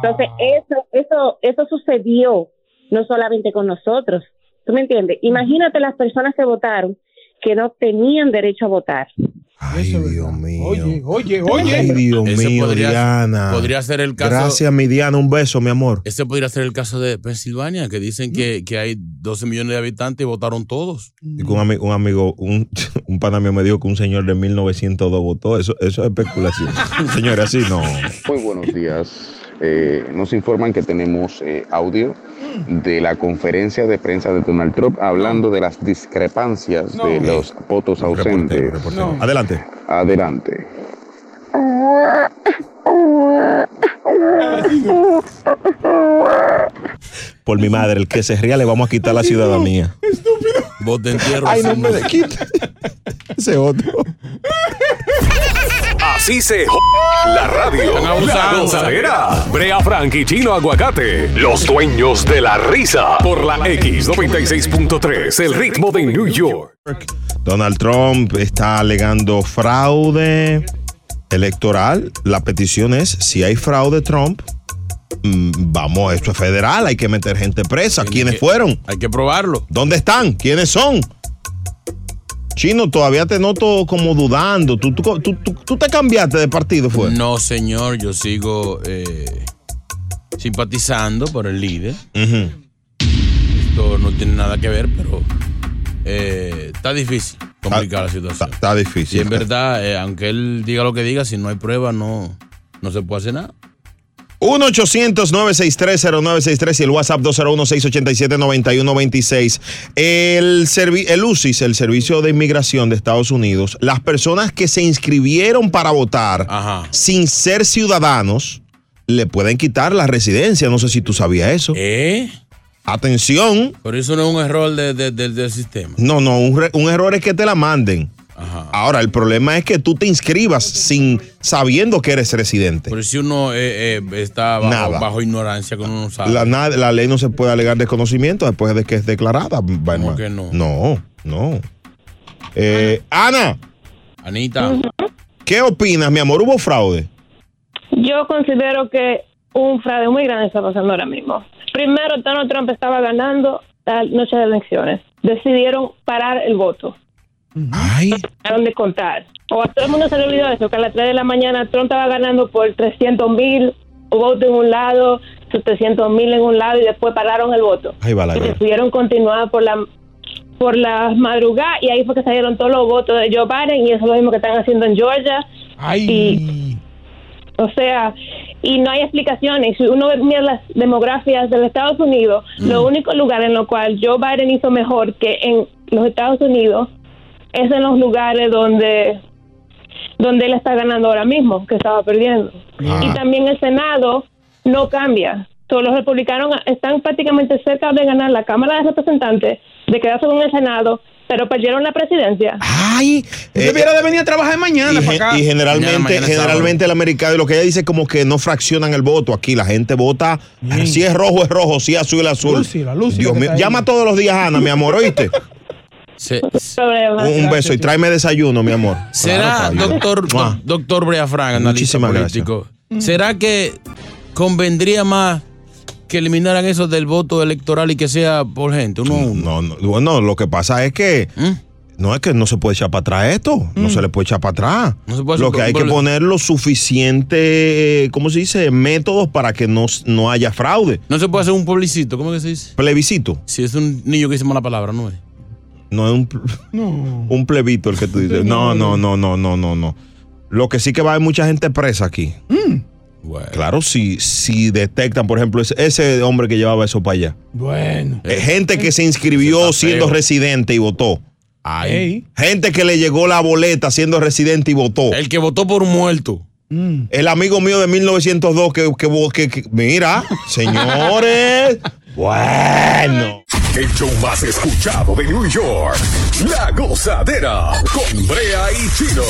Speaker 16: Entonces, eso, eso, eso sucedió no solamente con nosotros. ¿Tú me entiendes? Imagínate las personas que votaron que no tenían derecho a votar.
Speaker 6: Oye, oye, oye.
Speaker 2: Ay, Dios
Speaker 3: Ese
Speaker 2: mío,
Speaker 3: podría-
Speaker 2: Diana.
Speaker 3: podría ser el caso-
Speaker 2: Gracias, mi Diana. Un beso, mi amor.
Speaker 3: Ese podría ser el caso de Pensilvania, que dicen
Speaker 2: Mm.
Speaker 3: que, que hay 12 millones de habitantes y votaron todos.
Speaker 2: Y que un, ami- un amigo, un, un pana mío me dijo que un señor de 1902 votó. Eso, eso es especulación. Señor, así no.
Speaker 20: Muy buenos días. Eh, nos informan que tenemos eh, audio de la conferencia de prensa de Donald Trump hablando de las discrepancias de los votos ausentes.
Speaker 2: Adelante.
Speaker 20: Adelante.
Speaker 2: Por mi madre, el que se ría le vamos a quitar la ciudadanía.
Speaker 3: Voten
Speaker 2: Ay, no me le quita. Ese otro.
Speaker 1: Así se jode la radio.
Speaker 2: Están abusando.
Speaker 1: La gozadera. Brea Frank y Chino Aguacate, los dueños de la risa. Por la X96.3, el ritmo de New York.
Speaker 2: Donald Trump está alegando fraude electoral. La petición es, si hay fraude, Trump, mm, vamos, esto es federal, hay que meter gente presa. ¿Quiénes fueron?
Speaker 3: Hay que probarlo.
Speaker 2: ¿Dónde están? ¿Quiénes son? Chino, todavía te noto como dudando. ¿Tú, tú, tú- tú- tú te cambiaste de partido, fue?
Speaker 3: No, señor, yo sigo eh, simpatizando por el líder. Esto no tiene nada que ver, pero eh, está difícil, complicada la situación.
Speaker 2: Está difícil.
Speaker 3: Y en verdad, eh, aunque él diga lo que diga, si no hay pruebas, no, no se puede hacer nada.
Speaker 2: 1-800-963-0963 y el WhatsApp 201-687-9126. El, servi- el UCIS, el Servicio de Inmigración de Estados Unidos, las personas que se inscribieron para votar sin ser ciudadanos, le pueden quitar la residencia. No sé si tú sabías eso.
Speaker 3: ¿Eh?
Speaker 2: Atención.
Speaker 3: Pero eso no es un error de- de- de- del sistema.
Speaker 2: No, no, un, re- un error es que te la manden.
Speaker 3: Ajá.
Speaker 2: Ahora, el problema es que tú te inscribas sin sabiendo que eres residente.
Speaker 3: Pero si uno eh, eh, está bajo,
Speaker 2: Este. Nada.
Speaker 3: bajo ignorancia, que uno no sabe.
Speaker 2: La, na- la ley no se puede alegar desconocimiento después de que es declarada. Batman.
Speaker 3: que no?
Speaker 2: No, no. Eh, Ana.
Speaker 3: Anita.
Speaker 2: ¿Qué opinas, mi amor? ¿Hubo fraude?
Speaker 21: Yo considero que un fraude muy grande está pasando ahora mismo. Primero, Donald Trump estaba ganando la noche de elecciones. Decidieron parar el voto. Dejaron de contar. O a todo el mundo se le olvidó eso, que a las 3 de la mañana Trump estaba ganando por 300 mil votos en un lado, sus 300 mil en un lado y después pararon el voto.
Speaker 2: Ahí va la
Speaker 21: Y
Speaker 2: guerra.
Speaker 21: decidieron continuar por la por la madrugada y ahí fue que salieron todos los votos de Joe Biden y eso es lo mismo que están haciendo en Georgia. Y, o sea, y no hay explicaciones. Si uno ve- mira las demografías de los Estados Unidos,
Speaker 2: Mm.
Speaker 21: lo único lugar en lo cual Joe Biden hizo mejor que en los Estados Unidos es en los lugares donde donde él está ganando ahora mismo, que estaba perdiendo.
Speaker 2: Ah.
Speaker 21: Y también el Senado no cambia. Todos los republicanos están prácticamente cerca de ganar la Cámara de Representantes, de quedarse con el Senado, pero perdieron la presidencia.
Speaker 2: ¡Ay!
Speaker 6: Debiera de venir a trabajar mañana
Speaker 2: Eh, Y,
Speaker 6: para
Speaker 2: gen-
Speaker 6: acá.
Speaker 2: y generalmente, generalmente el americano, y lo que ella dice es como que no fraccionan el voto aquí. La gente vota, ah, si es rojo es rojo, si es azul es azul. Dios mío, llama todos los días, Ana, mi amor, ¿oíste? Un, un beso y tráeme desayuno, mi amor.
Speaker 3: ¿Será,
Speaker 2: Claro, cayó.
Speaker 3: doctor,
Speaker 2: Mua.
Speaker 3: doc- doctor Brea Frank, analista
Speaker 2: Muchísimas
Speaker 3: político, ¿será que convendría más que eliminaran eso del voto electoral y que sea por gente, uno a uno?
Speaker 2: No, no, bueno, lo que pasa es que
Speaker 3: ¿Mm?
Speaker 2: no es que no se puede echar para atrás esto, no se le puede echar para atrás.
Speaker 3: No se puede
Speaker 2: lo
Speaker 3: hacer
Speaker 2: que hay que
Speaker 3: control.
Speaker 2: poner los suficientes, ¿cómo se dice? Métodos para que no, no haya fraude.
Speaker 3: No se puede hacer un plebiscito, ¿cómo que se dice?
Speaker 2: Plebiscito.
Speaker 3: Si es un niño que dice mala palabra, ¿no es?
Speaker 2: No es un, ple- un plebito el que tú dices. No, no, no, no, no, no, no. Lo que sí que va a haber mucha gente presa aquí.
Speaker 1: Mm.
Speaker 2: Claro, si, si detectan, por ejemplo, ese, ese hombre que llevaba eso para allá.
Speaker 6: Bueno.
Speaker 2: Eh, Gente que se inscribió siendo residente y votó.
Speaker 6: Ey.
Speaker 2: Gente que le llegó la boleta siendo residente y votó.
Speaker 3: El que votó por muerto.
Speaker 2: El amigo mío de 1902 que, que, que- que- mira, señores. Bueno.
Speaker 22: El show más escuchado de New York. La gozadera con Brea y Chino.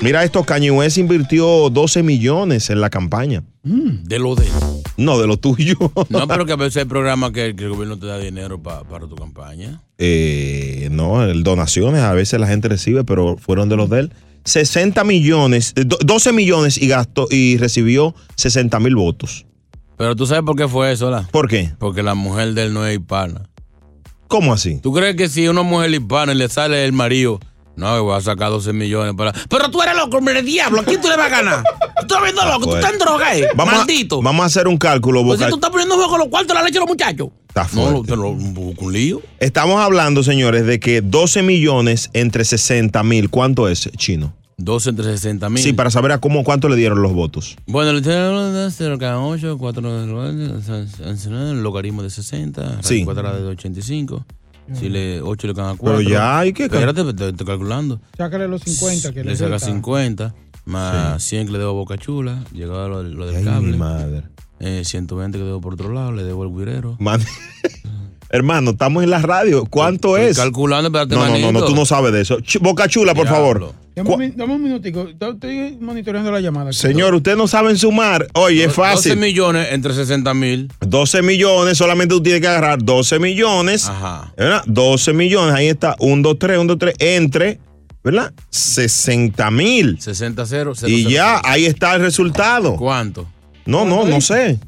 Speaker 2: Mira esto, Kanye West invirtió 12 millones en la campaña.
Speaker 3: De lo de.
Speaker 2: No, de lo tuyo.
Speaker 3: No, pero que a veces hay programas que, que el gobierno te da dinero pa- para tu campaña.
Speaker 2: Eh, no, el donaciones a veces la gente recibe, pero fueron de los de él. 60 millones, eh, do- 12 millones y gastó y recibió 60 mil votos.
Speaker 3: Pero tú sabes por qué fue eso, ¿la?
Speaker 2: ¿Por qué?
Speaker 3: Porque la mujer de él no es hispana.
Speaker 2: ¿Cómo así?
Speaker 3: ¿Tú crees que si a una mujer hispana le sale el marido, no, voy a sacar 12 millones para. Pero tú eres loco, hombre, diablo. ¿A quién tú le vas a ganar? Tú estás viendo loco, tú estás en droga, eh.
Speaker 2: Pues, Vamos, a,
Speaker 3: Maldito.
Speaker 2: vamos a hacer un cálculo,
Speaker 3: Pues
Speaker 2: Boca-
Speaker 3: si tú estás poniendo en juego los cuartos, la leche de los muchachos.
Speaker 2: Está fuerte. Estamos hablando, señores, de que 12 millones entre 60 mil. ¿Cuánto es, Chino?
Speaker 3: 12 entre 60 mil.
Speaker 2: Sí, para saber a cómo, cuánto le dieron los votos.
Speaker 3: Bueno, el 8, 4, logaritmo de 60,
Speaker 2: Sí.
Speaker 3: raíz cuadrada de 85. Si le 8 le caen a 4.
Speaker 2: Pero ya hay que cal-
Speaker 3: Espérate, te- te estoy calculando.
Speaker 6: Sácale los 50 que
Speaker 3: Le
Speaker 6: le
Speaker 3: saca
Speaker 6: gusta.
Speaker 3: 50, más 100 que le debo a Boca Chula, llegaba lo, lo del
Speaker 2: Ay, mi
Speaker 3: cable.
Speaker 2: madre.
Speaker 3: Eh, 120 que debo por otro lado, le debo el guirero.
Speaker 2: Man- Hermano, estamos en la radio. ¿Cuánto es?
Speaker 3: calculando, espérate,
Speaker 2: no, no, no, no,
Speaker 3: manito.
Speaker 2: tú no sabes de eso. Ch- Boca Chula, por favor.
Speaker 6: Dame un, min- dame un minutico. Estoy- Estoy monitoreando la llamada.
Speaker 2: Señor, ustedes no saben sumar. Oye, es
Speaker 3: 12
Speaker 2: fácil.
Speaker 3: millones Eh, entre 60 mil.
Speaker 2: 12 millones, solamente tú tienes que agarrar 12 millones. ¿Verdad? 12 millones, ahí está. 1, 2, 3, 1, 2, 3, entre, ¿verdad? 60 mil.
Speaker 3: 60 0, 0
Speaker 2: Y ya, ahí está el resultado.
Speaker 3: ¿Cuánto?
Speaker 2: No, no, no sé.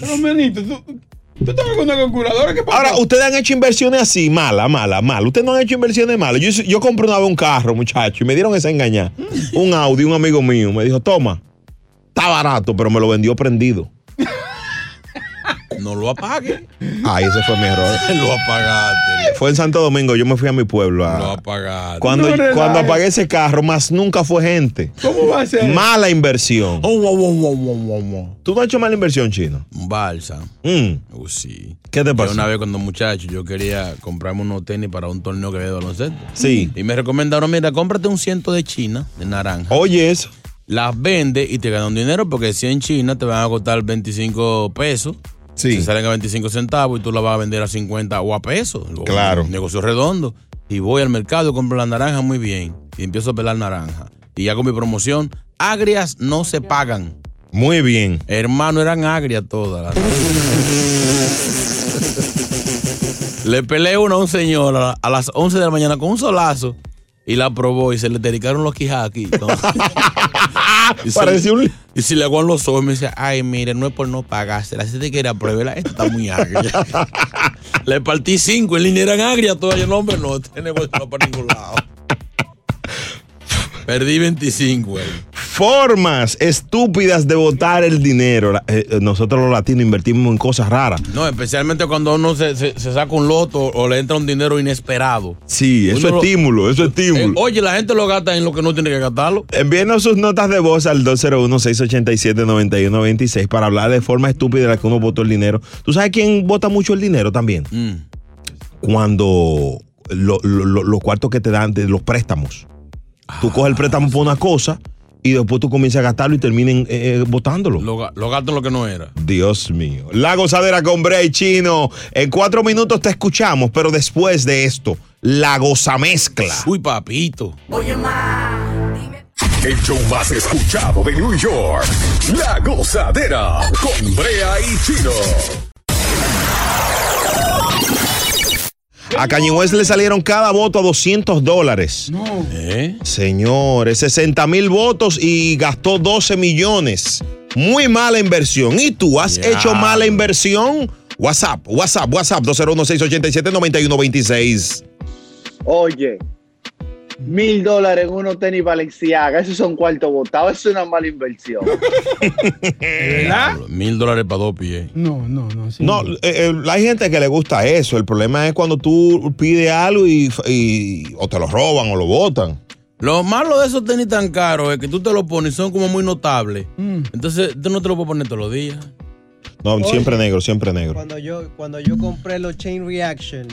Speaker 6: Pero, manito, tú, tú estabas con una calculadora. ¿Qué
Speaker 2: Ahora, ustedes han hecho inversiones así, mala, mala, mala. Ustedes no han hecho inversiones malas. Yo, hice- yo compré una vez un carro, muchacho, y me dieron esa engañada. Un Audi, un amigo mío, me dijo, toma, está barato, pero me lo vendió prendido.
Speaker 3: No lo apague.
Speaker 2: Ay, ese fue mi error.
Speaker 3: lo apagaste.
Speaker 2: Fue en Santo Domingo, yo me fui a mi pueblo. a-
Speaker 3: apagaste.
Speaker 2: cuando,
Speaker 3: No relajes.
Speaker 2: cuando apagué ese carro, más nunca fue gente.
Speaker 6: ¿Cómo va a ser?
Speaker 2: Mala inversión. ¿Tú no has hecho mala inversión, chino? Mm.
Speaker 3: Balsa. Oh, sí.
Speaker 2: ¿Qué te
Speaker 3: Yo
Speaker 2: pasó?
Speaker 3: una vez cuando muchacho, yo quería comprarme unos tenis para un torneo que había de baloncesto.
Speaker 2: Sí.
Speaker 3: Y me recomendaron, mira, cómprate un ciento de China, de naranja.
Speaker 2: Oye, eso.
Speaker 3: Las vende y te ganan un dinero porque si en China te van a costar 25 pesos.
Speaker 2: Sí.
Speaker 3: Te salen a 25 centavos y tú la vas a vender a 50 o a pesos. Claro. Negocio redondo. Y voy al mercado y compro la naranja muy bien. Y empiezo a pelar naranja. Y ya con mi promoción, agrias no se pagan.
Speaker 2: Muy bien.
Speaker 3: Hermano, eran agrias todas. las Le peleé una a un señor a, a las 11 de la mañana con un solazo y la probó y se le tericaron los quijaques.
Speaker 2: Parecía
Speaker 3: un... Y si le hago en los ojos, me dice, ay, mire, no es por no pagársela, si te quiere pruébela, esta está muy agria. le partí cinco, en línea eran agrias todas. Yo, no, hombre, no, este negocio no va para ningún lado. Perdí 25, güey.
Speaker 2: Formas estúpidas de botar el dinero. La- eh, eh, nosotros los latinos invertimos en cosas raras.
Speaker 3: No, especialmente cuando uno se, se- se saca un loto o le entra un dinero inesperado.
Speaker 2: Sí, eso es
Speaker 3: Uno lo-
Speaker 2: estímulo, eso es
Speaker 3: Eh,
Speaker 2: estímulo.
Speaker 3: oye, la gente lo gasta en lo que no tiene que gastarlo.
Speaker 2: Envíenos sus notas de voz al 201-687-9126 para hablar de forma estúpida de la que uno votó el dinero. ¿Tú sabes quién vota mucho el dinero también? Cuando lo- lo- lo- los cuartos que te dan de los préstamos. Tú coges el préstamo por una cosa y después tú comienzas a gastarlo y terminen eh, eh, votándolo.
Speaker 3: Lo, ga- lo gasto en lo que no era.
Speaker 2: Dios mío. La gozadera con Bray Chino. En cuatro minutos te escuchamos, pero después de esto, la gozamezcla.
Speaker 3: Uy, papito.
Speaker 22: Oye, El show más escuchado de New York. La gozadera con Brea y Chino.
Speaker 2: A Kanye West le salieron cada voto a 200 dólares. Señores, 60 mil votos y gastó 12 millones. Muy mala inversión. ¿Y tú has
Speaker 23: Ya.
Speaker 2: hecho mala inversión? WhatsApp, WhatsApp, WhatsApp, 201-687-9126.
Speaker 4: Oye, mil dólares en unos tenis Valenciaga, esos son cuartos botados, eso es una mala inversión.
Speaker 3: Diablo, Mil dólares para dos pies.
Speaker 6: No, no, no.
Speaker 2: No, eh, eh, hay gente que le gusta eso. El problema es cuando tú pides algo y, y- o te lo roban o lo botan.
Speaker 3: Lo malo de esos tenis tan caros es que tú te los pones y son como muy notables. Entonces, tú no te los puedes poner todos los días.
Speaker 2: No, siempre negro, siempre negro.
Speaker 7: Cuando yo, cuando yo compré los Chain Reaction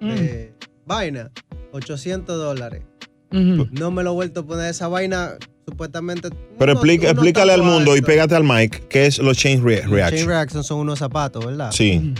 Speaker 7: de vaina, 800 dólares. No me lo he vuelto a poner esa vaina, supuestamente.
Speaker 2: Pues Pero
Speaker 7: uno-
Speaker 2: explica-
Speaker 7: uno
Speaker 2: explícale al
Speaker 7: tatuaje.
Speaker 2: mundo y pégate al mic qué es los chain re-
Speaker 7: Los Chain
Speaker 2: reaction.
Speaker 7: Reaction son unos zapatos, ¿verdad?
Speaker 2: Sí.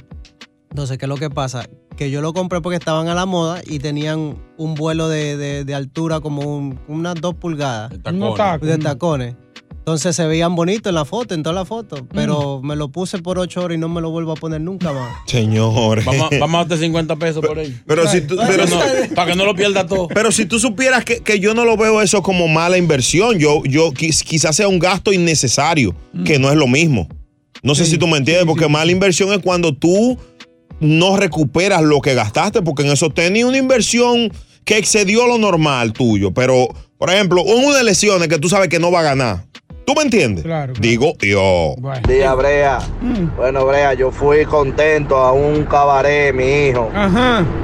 Speaker 7: Entonces, ¿qué es lo que pasa? que yo lo compré porque estaban a la moda y tenían un vuelo de, de- de altura como un- unas dos pulgadas
Speaker 6: Unos tacos.
Speaker 7: de tacones. Entonces se veían bonitos en la foto, en toda la foto, pero me lo puse por ocho horas y no me lo vuelvo a poner nunca más.
Speaker 2: Señores.
Speaker 3: Vamos, a- vamos a darte 50 pesos por ahí.
Speaker 2: Pero si tú- pero
Speaker 3: No, para que no lo pierda todo.
Speaker 2: Pero si tú supieras que, que yo no lo veo eso como mala inversión, yo, yo quiz- quizás sea un gasto innecesario, que no es lo mismo. No sé si tú me entiendes, porque mala inversión es cuando tú no recuperas lo que gastaste, porque en eso tenía una inversión que excedió lo normal tuyo. Pero, por ejemplo, en unas elecciones que tú sabes que no va a ganar. ¿Tú me entiendes? Digo, yo.
Speaker 8: Día Brea. Bueno, Brea, yo fui contento a un cabaret, mi hijo.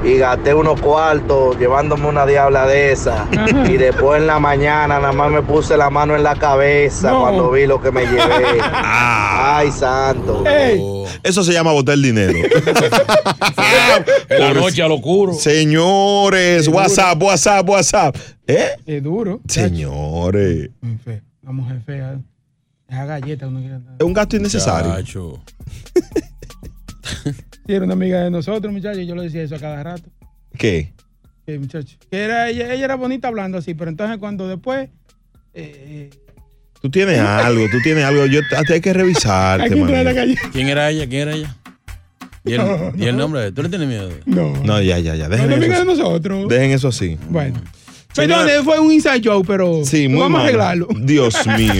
Speaker 8: Y gasté unos cuartos llevándome una diabla de esa. Y después en la mañana nada más me puse la mano en la cabeza cuando vi lo que me llevé. Ay, santo.
Speaker 2: Eso se llama botar el dinero.
Speaker 3: La noche a lo oscuro.
Speaker 2: Señores,
Speaker 6: Seguro.
Speaker 2: WhatsApp, WhatsApp, WhatsApp. ¿Eh?
Speaker 6: Es duro.
Speaker 2: Señores.
Speaker 6: La mujer fea. Esa galleta uno quiere andar.
Speaker 2: Es un gasto innecesario.
Speaker 6: Sí, era una amiga de nosotros, muchachos, y yo le decía eso a cada rato.
Speaker 2: ¿Qué?
Speaker 6: que, muchacho, que era, ella, ella era bonita hablando así, pero entonces cuando después eh,
Speaker 2: Tú tienes algo, tú tienes algo. Yo te, hay que revisarte, manito.
Speaker 3: ¿Quién era ella? ¿Quién era ella? ¿Y el, y el nombre? ¿Tú le tienes miedo?
Speaker 6: No.
Speaker 2: No, ya, ya, ya. Dejen,
Speaker 6: No,
Speaker 2: eso,
Speaker 6: no venga de
Speaker 2: así.
Speaker 6: nosotros.
Speaker 2: Dejen eso así.
Speaker 6: Bueno. Perdón, eh, fue un inside joke, pero
Speaker 2: Sí,
Speaker 6: lo
Speaker 2: muy
Speaker 6: vamos
Speaker 2: mal.
Speaker 6: a arreglarlo.
Speaker 2: Dios mío.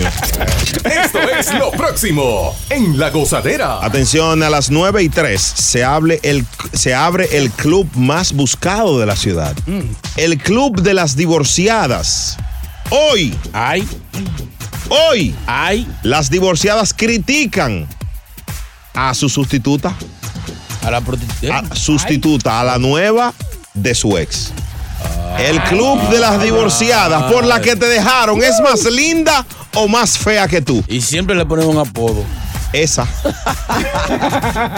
Speaker 22: Esto es lo próximo en La Gozadera.
Speaker 2: Atención, a las 9 y 3 se, hable el, se abre el club más buscado de la ciudad. El club de las divorciadas. Hoy. Ay. Hoy. Ay. Las divorciadas critican a su sustituta. A la ¿eh? sustituta, a la nueva de su ex.
Speaker 3: Ah.
Speaker 2: El club de las divorciadas por la que te dejaron es más linda o más fea que tú.
Speaker 3: Y siempre le ponen un apodo.
Speaker 2: Esa.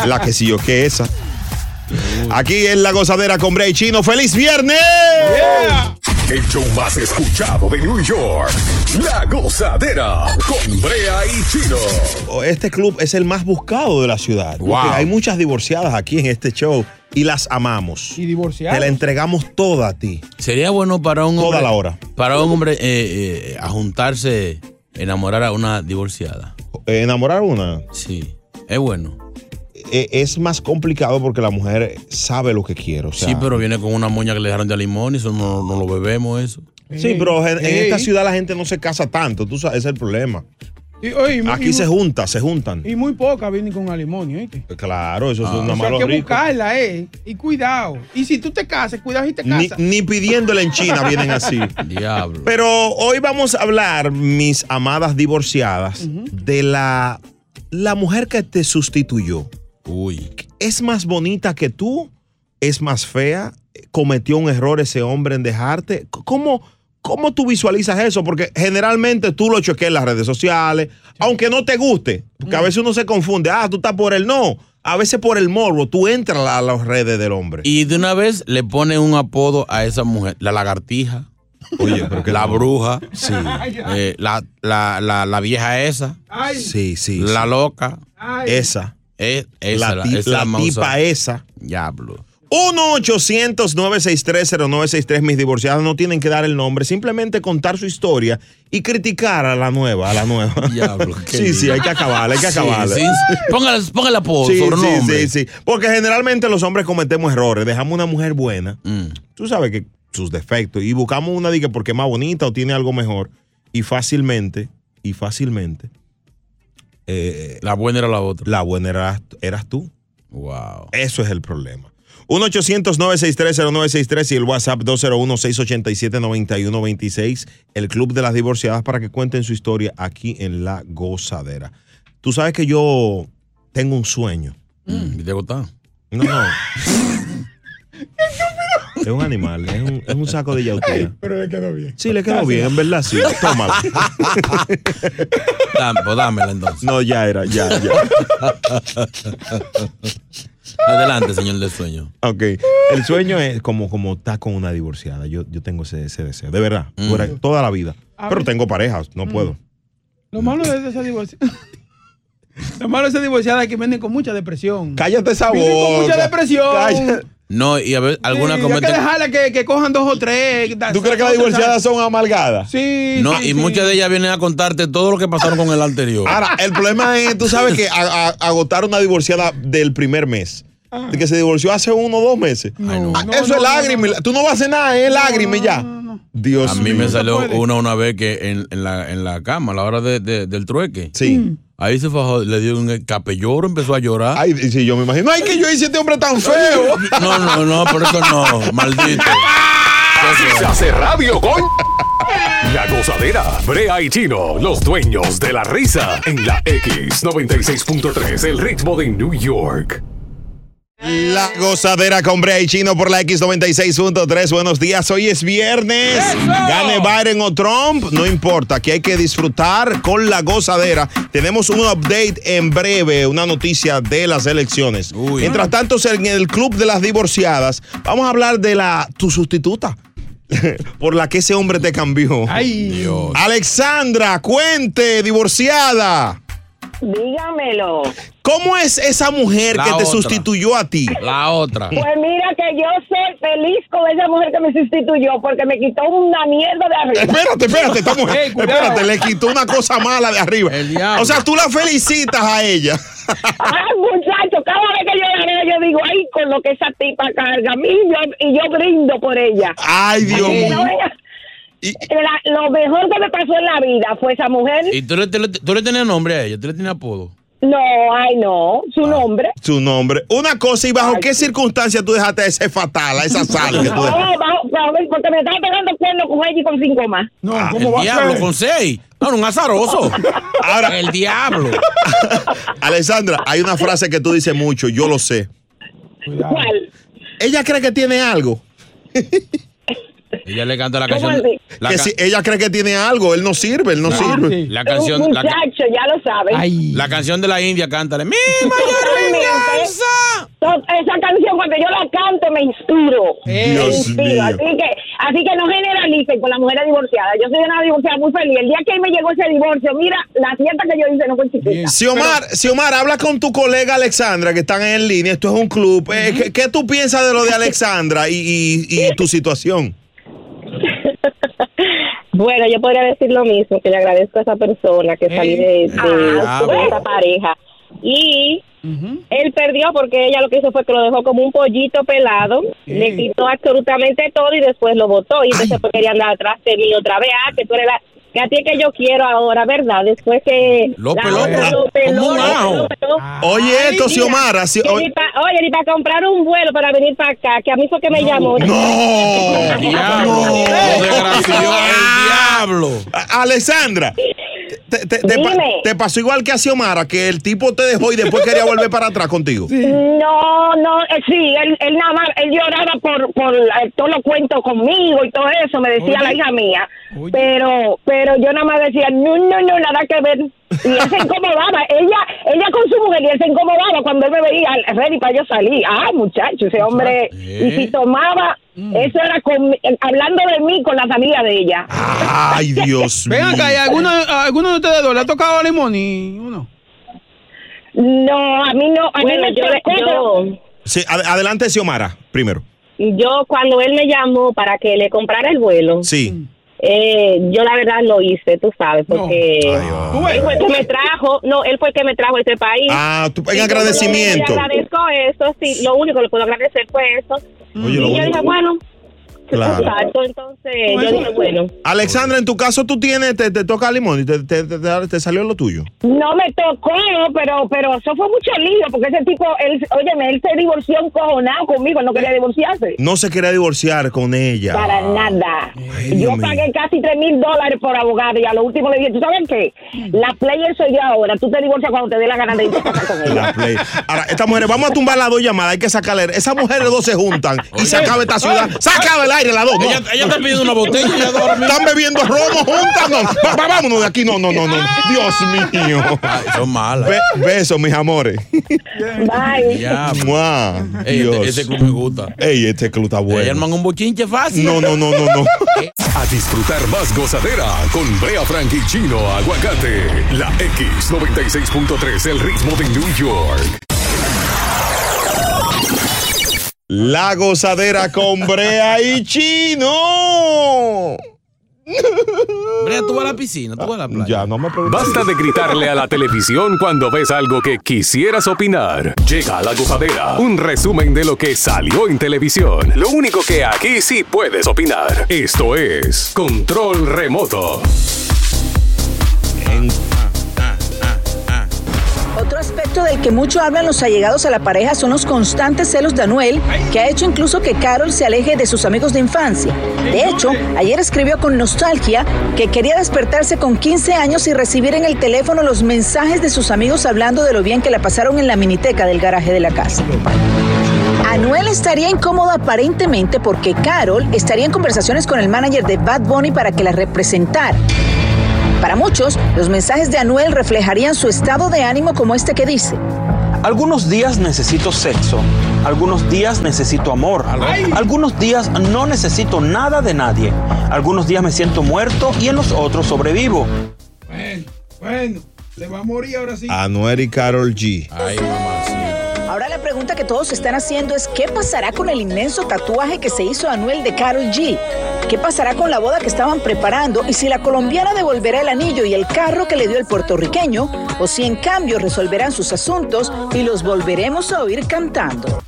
Speaker 2: La que sí yo que esa. Aquí es la gozadera con Bray Chino. ¡Feliz viernes!
Speaker 22: El show más escuchado de New York. La Gozadera con Brea y Chino.
Speaker 2: Este club es el más buscado de la ciudad.
Speaker 22: Wow.
Speaker 2: Porque Hay muchas divorciadas aquí en este show y las amamos.
Speaker 6: Y divorciadas.
Speaker 2: Te la entregamos toda a ti.
Speaker 3: Sería bueno para un
Speaker 2: Toda
Speaker 3: hombre.
Speaker 2: la hora.
Speaker 3: Para un hombre eh, eh, a juntarse, enamorar a una divorciada.
Speaker 2: Eh, ¿Enamorar una?
Speaker 3: Sí. Es bueno.
Speaker 2: Eh, Es más complicado porque la mujer sabe lo que quiere. o sea,
Speaker 3: sí, pero viene con una moña que le dejaron de limón y eso no, no lo bebemos, eso.
Speaker 2: Sí, pero en, en
Speaker 3: Ey.
Speaker 2: esta ciudad la gente no se casa tanto, tú sabes, ese es el problema.
Speaker 6: Y, oye, y mu-
Speaker 2: Aquí
Speaker 6: y
Speaker 2: se
Speaker 6: mu-
Speaker 2: junta, se juntan.
Speaker 6: Y muy poca viene con alimonio, ¿viste?
Speaker 2: Claro, eso
Speaker 3: Ah.
Speaker 2: es
Speaker 6: O
Speaker 2: una
Speaker 6: sea, hay
Speaker 2: mala
Speaker 6: que buscarla, ¿eh? Y cuidado. Y si tú te casas, cuidado si te
Speaker 2: Ni,
Speaker 6: casas.
Speaker 2: ni pidiéndole en China vienen así.
Speaker 3: Diablo.
Speaker 2: Pero hoy vamos a hablar, mis amadas divorciadas, de la, la mujer que te sustituyó.
Speaker 3: Uy.
Speaker 2: ¿Es más bonita que tú? ¿Es más fea? ¿Cometió un error ese hombre en dejarte? C- ¿Cómo, cómo tú visualizas eso? Porque generalmente tú lo chequeas en las redes sociales, aunque no te guste, porque a veces uno se confunde. Ah, tú estás por el no. A veces por el morbo, tú entras a las redes del hombre.
Speaker 3: Y de una vez le ponen un apodo a esa mujer, la lagartija.
Speaker 2: Oye,
Speaker 3: La bruja.
Speaker 2: Sí.
Speaker 3: Eh, la, la, la, la vieja esa.
Speaker 2: Sí, sí.
Speaker 3: La loca.
Speaker 2: Esa.
Speaker 3: Es, esa,
Speaker 2: la,
Speaker 3: la,
Speaker 2: ti-
Speaker 3: esa
Speaker 2: la
Speaker 3: la más
Speaker 2: tipa
Speaker 3: usada.
Speaker 2: esa.
Speaker 3: Diablo.
Speaker 2: 1-800-963-0963. Mis divorciadas no tienen que dar el nombre, simplemente contar su historia y criticar a la nueva, a la nueva.
Speaker 3: Diablo, qué
Speaker 2: sí, sí,
Speaker 3: lindo.
Speaker 2: hay que acabarla, hay que
Speaker 3: Sí,
Speaker 2: acabarla.
Speaker 3: sí, sí. Póngale, póngale apodo,
Speaker 2: Sí,
Speaker 3: sobrenombre.
Speaker 2: sí, sí, sí. Porque generalmente los hombres cometemos errores. Dejamos una mujer buena,
Speaker 3: Mm.
Speaker 2: tú sabes que sus defectos, y buscamos una diga porque es más bonita o tiene algo mejor. Y fácilmente, y fácilmente.
Speaker 3: Eh, la buena era la otra.
Speaker 2: La buena eras, eras tú.
Speaker 3: Wow.
Speaker 2: Eso es el problema. 1-800-963-0963 y el WhatsApp 201-687-9126. El Club de las Divorciadas para que cuenten su historia aquí en La Gozadera. Tú sabes que yo tengo un sueño.
Speaker 3: ¿Y te gustaba?
Speaker 2: No, no. es un animal, es un, es un saco de yautía.
Speaker 6: Pero le quedó bien.
Speaker 2: Sí, le quedó bien, en verdad, sí. Tómala.
Speaker 3: Dame, pues dámela entonces.
Speaker 2: No, ya era, ya, ya.
Speaker 3: Adelante, señor del sueño.
Speaker 2: Ok. El sueño es como, como estar con una divorciada. Yo, yo tengo ese, ese deseo. De verdad.
Speaker 3: Mm.
Speaker 2: fuera- toda la vida.
Speaker 6: A
Speaker 2: Pero
Speaker 6: ver.
Speaker 2: tengo parejas, no
Speaker 6: Mm.
Speaker 2: puedo.
Speaker 6: Lo malo de esa divorciada. Lo malo de esa divorciada es que vienen con mucha depresión.
Speaker 2: Cállate esa
Speaker 6: Vienen con
Speaker 2: boca.
Speaker 6: mucha depresión.
Speaker 2: Cállate.
Speaker 3: No, y a ver, algunas
Speaker 6: Sí, hay que
Speaker 3: cometen.
Speaker 6: dejarla que, que cojan dos o tres.
Speaker 3: ¿Tú crees que las divorciadas
Speaker 2: son amalgadas?
Speaker 6: Sí.
Speaker 3: No,
Speaker 6: sí,
Speaker 3: y
Speaker 6: sí.
Speaker 3: muchas de ellas vienen a contarte todo lo que pasaron con el anterior.
Speaker 2: Ahora, el problema es, tú sabes que a- a- agotar una divorciada del primer mes. De que se divorció hace uno o dos meses. Ah, eso es lágrima. y la- Tú no vas a hacer nada, es lágrima y ya. Dios
Speaker 3: a mí
Speaker 2: mío.
Speaker 3: me salió una una vez que en, en la, en la cama, a la hora de- de- del trueque.
Speaker 2: Sí.
Speaker 3: Ahí se fajó, le dio un capelloro, empezó a llorar.
Speaker 2: Ay, sí, yo me imagino. Ay, que yo hice este hombre tan feo.
Speaker 3: No, no, no, pero eso no, maldito.
Speaker 1: Se hace radio con La Gozadera, Brea y Chino, los dueños de la risa en la X96.3, el ritmo de New York.
Speaker 2: La gozadera con Brea y Chino por la X96.3. Buenos días, hoy es viernes. Gane Biden o Trump, no importa, que hay que disfrutar con la gozadera. Tenemos un update en breve, una noticia de las elecciones. Mientras tanto, en el Club de las Divorciadas, vamos a hablar de la tu sustituta. Por la que ese hombre te cambió.
Speaker 6: Ay, Dios.
Speaker 2: Alexandra, cuente, divorciada.
Speaker 16: Dígamelo.
Speaker 2: ¿Cómo es esa mujer
Speaker 3: La
Speaker 2: que te
Speaker 3: otra.
Speaker 2: sustituyó a ti?
Speaker 3: La otra.
Speaker 16: Pues mira que yo soy feliz con esa mujer que me sustituyó porque me quitó una mierda de arriba.
Speaker 2: Espérate, espérate, estamos. espérate, le quitó una cosa mala de arriba. O sea, tú la felicitas a ella.
Speaker 16: Ay, Ah, muchacho, cada vez que yo la veo, yo digo, ay, con lo que esa tipa carga a mí, yo- y yo brindo por ella.
Speaker 2: Ay,
Speaker 3: Dios mío.
Speaker 16: lo mejor que me pasó en la vida fue esa mujer.
Speaker 3: Y tú le, tú le- tú le tenías nombre a ella, tú le tenías apodo.
Speaker 16: No, ay, no,
Speaker 3: Ah.
Speaker 16: su nombre.
Speaker 2: Su nombre. Una cosa, ¿y bajo qué circunstancias tú dejaste a ese fatal, a esa
Speaker 3: Ah,
Speaker 2: sal que tú
Speaker 16: No,
Speaker 2: dejaste?
Speaker 16: bajo- bajo- porque me estaba pegando cuerno con ella y con cinco más.
Speaker 6: No,
Speaker 2: ¿cómo va a
Speaker 3: Ah, diablo,
Speaker 2: ser?
Speaker 3: con seis. No, era un azaroso.
Speaker 2: Ahora.
Speaker 3: El diablo.
Speaker 2: Alexandra, hay una frase que tú dices mucho, yo lo sé. Ella cree que tiene algo.
Speaker 3: Ella le canta la
Speaker 2: ¿Cómo
Speaker 3: canción.
Speaker 2: así?
Speaker 3: La
Speaker 2: que
Speaker 3: ca-
Speaker 2: si ella cree que tiene algo, él no sirve, él no
Speaker 3: Ah,
Speaker 2: sirve.
Speaker 3: sí. La canción- la- Muchacho,
Speaker 16: ya lo sabes.
Speaker 3: La canción de la India, cántale. Mi mayor
Speaker 16: Totalmente.
Speaker 3: venganza.
Speaker 16: To- Esa canción cuando yo la canto me inspiro. Me
Speaker 3: Dios
Speaker 16: inspiro.
Speaker 3: mío.
Speaker 16: Así que, así que no generalicen con la mujer divorciada. Yo soy una divorciada muy feliz. El día que me llegó ese divorcio, mira, la fiesta que yo hice no fue chiquita.
Speaker 2: Xiomar, Xiomar, habla con tu colega Alexandra que están en línea. Esto es un club. Eh, ¿qué, qué tú piensas de lo de Alexandra y, y- y tu situación?
Speaker 21: Bueno, yo podría decir lo mismo, que le agradezco a esa persona que salí de, de-
Speaker 16: Ah,
Speaker 21: de
Speaker 16: bueno.
Speaker 21: esa pareja. Y él perdió porque ella lo que hizo fue que lo dejó como un pollito pelado, le quitó absolutamente todo y después lo botó. Y entonces pues quería andar atrás de mí otra vez. Ah, que tú eres la... Que a ti es que yo quiero ahora, ¿verdad? Después que...
Speaker 2: Lo
Speaker 21: la
Speaker 2: peló,
Speaker 21: otra
Speaker 2: como
Speaker 21: lo peló,
Speaker 2: un
Speaker 21: lo
Speaker 2: ajo.
Speaker 21: peló, lo peló.
Speaker 2: Oye, esto,
Speaker 21: mira,
Speaker 2: Xiomara, así-
Speaker 21: que
Speaker 2: oye-
Speaker 21: ni pa- Oye, ni para comprar un vuelo para venir para acá, que a mí fue que me llamó.
Speaker 2: ¡No!
Speaker 3: ¡Diablo!
Speaker 2: ¡No!
Speaker 3: ¡Diablo!
Speaker 2: A- Alexandra, te, te- te pa- te pasó igual que a Xiomara, que el tipo te dejó y después quería volver para atrás contigo?
Speaker 16: No, no, eh, sí, él, él nada más, él lloraba por, por eh, todos los cuentos conmigo y todo eso, me decía la hija mía. Pero, pero yo nada más decía, no, no, no, nada que ver. Y él se incomodaba, ella, ella con su mujer, y él se incomodaba cuando él me veía ready para yo salir. Ah, muchacho, ese hombre, y si tomaba,
Speaker 6: Mm.
Speaker 16: eso era con- eh, hablando de mí con las amigas de ella.
Speaker 2: Ay, Dios
Speaker 6: Ven acá, ¿y Ah. alguno, a alguno de ustedes dos le ha tocado limón y uno?
Speaker 16: No, a mí no, a
Speaker 21: Bueno,
Speaker 16: mí me
Speaker 21: yo-
Speaker 16: tocó, pero-
Speaker 21: yo,
Speaker 2: Sí, ad- adelante, Xiomara, primero.
Speaker 21: yo cuando él me llamó para que le comprara el vuelo,
Speaker 2: Sí.
Speaker 21: eh, yo la verdad lo hice, tú sabes, porque
Speaker 2: Tú ves.
Speaker 21: él fue el que me trajo, no, él fue el que me trajo a este país.
Speaker 2: Ah, tú- en
Speaker 21: Y yo
Speaker 2: agradecimiento.
Speaker 21: Le agradezco eso, sí, lo único que le puedo agradecer fue eso.
Speaker 2: Oye,
Speaker 21: y yo
Speaker 2: lo único-
Speaker 21: dije, bueno,
Speaker 2: Claro.
Speaker 21: exacto, entonces yo dije, bueno.
Speaker 2: Alexandra, en tu caso tú tienes, te, te toca limón y te, te- te- te salió lo tuyo.
Speaker 16: No me tocó, pero pero eso fue mucho lío, porque ese tipo, él, óyeme, él se divorció encojonado conmigo, él no quería divorciarse.
Speaker 2: No se quería divorciar con ella.
Speaker 16: Para nada. yo
Speaker 2: mío.
Speaker 16: pagué casi 3 mil dólares por abogado y a lo último le dije, ¿tú sabes qué? La player soy yo ahora, tú te divorcias cuando te dé la gana de irte a casar con ella.
Speaker 2: La play. Ahora, estas mujeres, vamos a tumbar las dos llamadas, hay que sacarle. Esas mujeres dos se juntan y se acaba esta ciudad. Se acaba el aire las dos. no.
Speaker 3: Ella- ella está pidiendo una botella, ya ahora mismo.
Speaker 2: Están bebiendo romo juntas. No. Va- va- vámonos de aquí. No, no, no, no.
Speaker 3: Ah.
Speaker 2: Dios mío.
Speaker 3: son malas.
Speaker 2: besos, mis amores.
Speaker 16: Bye.
Speaker 2: Mua.
Speaker 3: Ey, este-
Speaker 2: Dios.
Speaker 3: este club me gusta.
Speaker 2: Ey, este club está bueno.
Speaker 3: Ella arman un bochinche fácil.
Speaker 2: No, no, no, no, no.
Speaker 1: A disfrutar más gozadera con Brea Frank y Chino Aguacate. La X96.3, el ritmo de New York.
Speaker 2: La gozadera con Brea y Chino.
Speaker 3: Brea, tú vas a la piscina, tú vas a la playa.
Speaker 2: Ya, no me preguntes.
Speaker 1: Basta de gritarle a la televisión cuando ves algo que quisieras opinar. Llega la gozadera, un resumen de lo que salió en televisión. Lo único que aquí sí puedes opinar. Esto es Control Remoto.
Speaker 10: Otro aspecto del que mucho hablan los allegados a la pareja son los constantes celos de Anuel, que ha hecho incluso que Carol se aleje de sus amigos de infancia. De hecho, ayer escribió con nostalgia que quería despertarse con 15 años y recibir en el teléfono los mensajes de sus amigos hablando de lo bien que la pasaron en la miniteca del garaje de la casa. Anuel estaría incómodo aparentemente porque Carol estaría en conversaciones con el manager de Bad Bunny para que la representara. Para muchos, los mensajes de Anuel reflejarían su estado de ánimo como este que dice.
Speaker 9: Algunos días necesito sexo, algunos días necesito amor, algunos días no necesito nada de nadie, algunos días me siento muerto y en los otros sobrevivo.
Speaker 6: Bueno, bueno, se va a morir ahora sí.
Speaker 2: Anuel y Carol G.
Speaker 10: Ahora la pregunta que todos están haciendo es ¿qué pasará con el inmenso tatuaje que se hizo Anuel de Carol G? ¿Qué pasará con la boda que estaban preparando y si la colombiana devolverá el anillo y el carro que le dio el puertorriqueño o si en cambio resolverán sus asuntos y los volveremos a oír cantando?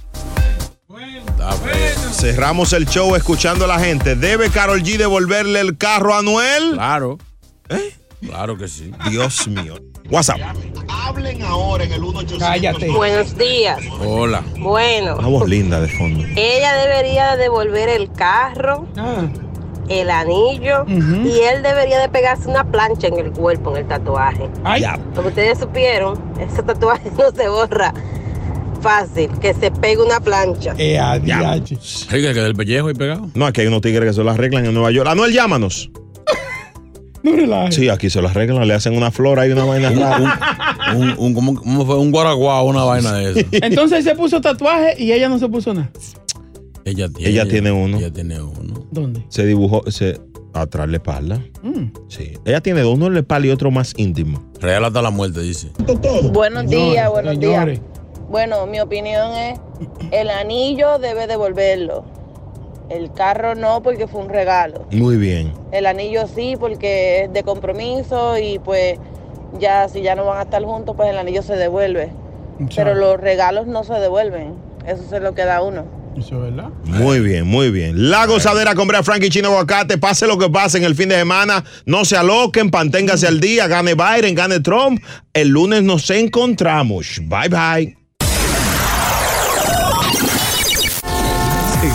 Speaker 2: Cerramos el show escuchando a la gente. ¿Debe Carol G devolverle el carro a Anuel?
Speaker 3: Claro. Claro que sí.
Speaker 2: Dios mío. WhatsApp.
Speaker 11: Hablen ahora en el 1800.
Speaker 6: Cállate.
Speaker 11: Buenos días.
Speaker 2: Hola.
Speaker 11: Bueno,
Speaker 2: Una voz linda de fondo.
Speaker 11: ella debería devolver el carro, el anillo y él debería de pegarse una plancha en el cuerpo, en el tatuaje. Como ustedes supieron, ese tatuaje no se borra fácil, que se pegue una plancha.
Speaker 2: Eh, que del pellejo y pegado. No, aquí hay unos tigres que se lo arreglan en Nueva York. Anuel, llámanos. Sí, aquí se lo arreglan, le hacen una flor ahí, una vaina rara.
Speaker 3: Un, un, un, fue? un guaraguá, una vaina de eso.
Speaker 6: Entonces él se puso tatuaje y ella no se puso nada.
Speaker 3: Ella tiene,
Speaker 2: Ella tiene uno.
Speaker 3: Ella tiene uno.
Speaker 6: ¿Dónde?
Speaker 2: Se dibujó se, atrás la espalda.
Speaker 6: Mm.
Speaker 2: Sí. Ella tiene dos, uno en la espalda y otro más íntimo.
Speaker 3: Real hasta la muerte, dice.
Speaker 11: Buenos días, buenos
Speaker 2: señores.
Speaker 11: días. Bueno, mi opinión es, el anillo debe devolverlo. El carro no, porque fue un regalo.
Speaker 2: Muy bien.
Speaker 11: El anillo sí, porque es de compromiso y pues ya si ya no van a estar juntos, pues el anillo se devuelve. Pero los regalos no se devuelven. Eso se lo queda a uno.
Speaker 6: Eso es verdad.
Speaker 2: Muy bien, muy bien. La gozadera con Brea Frank y Chino Aguacate. Pase lo que pase en el fin de semana. No se aloquen, manténganse al día. Gane Biden, gane Trump. El lunes nos encontramos. Bye, bye.
Speaker 1: El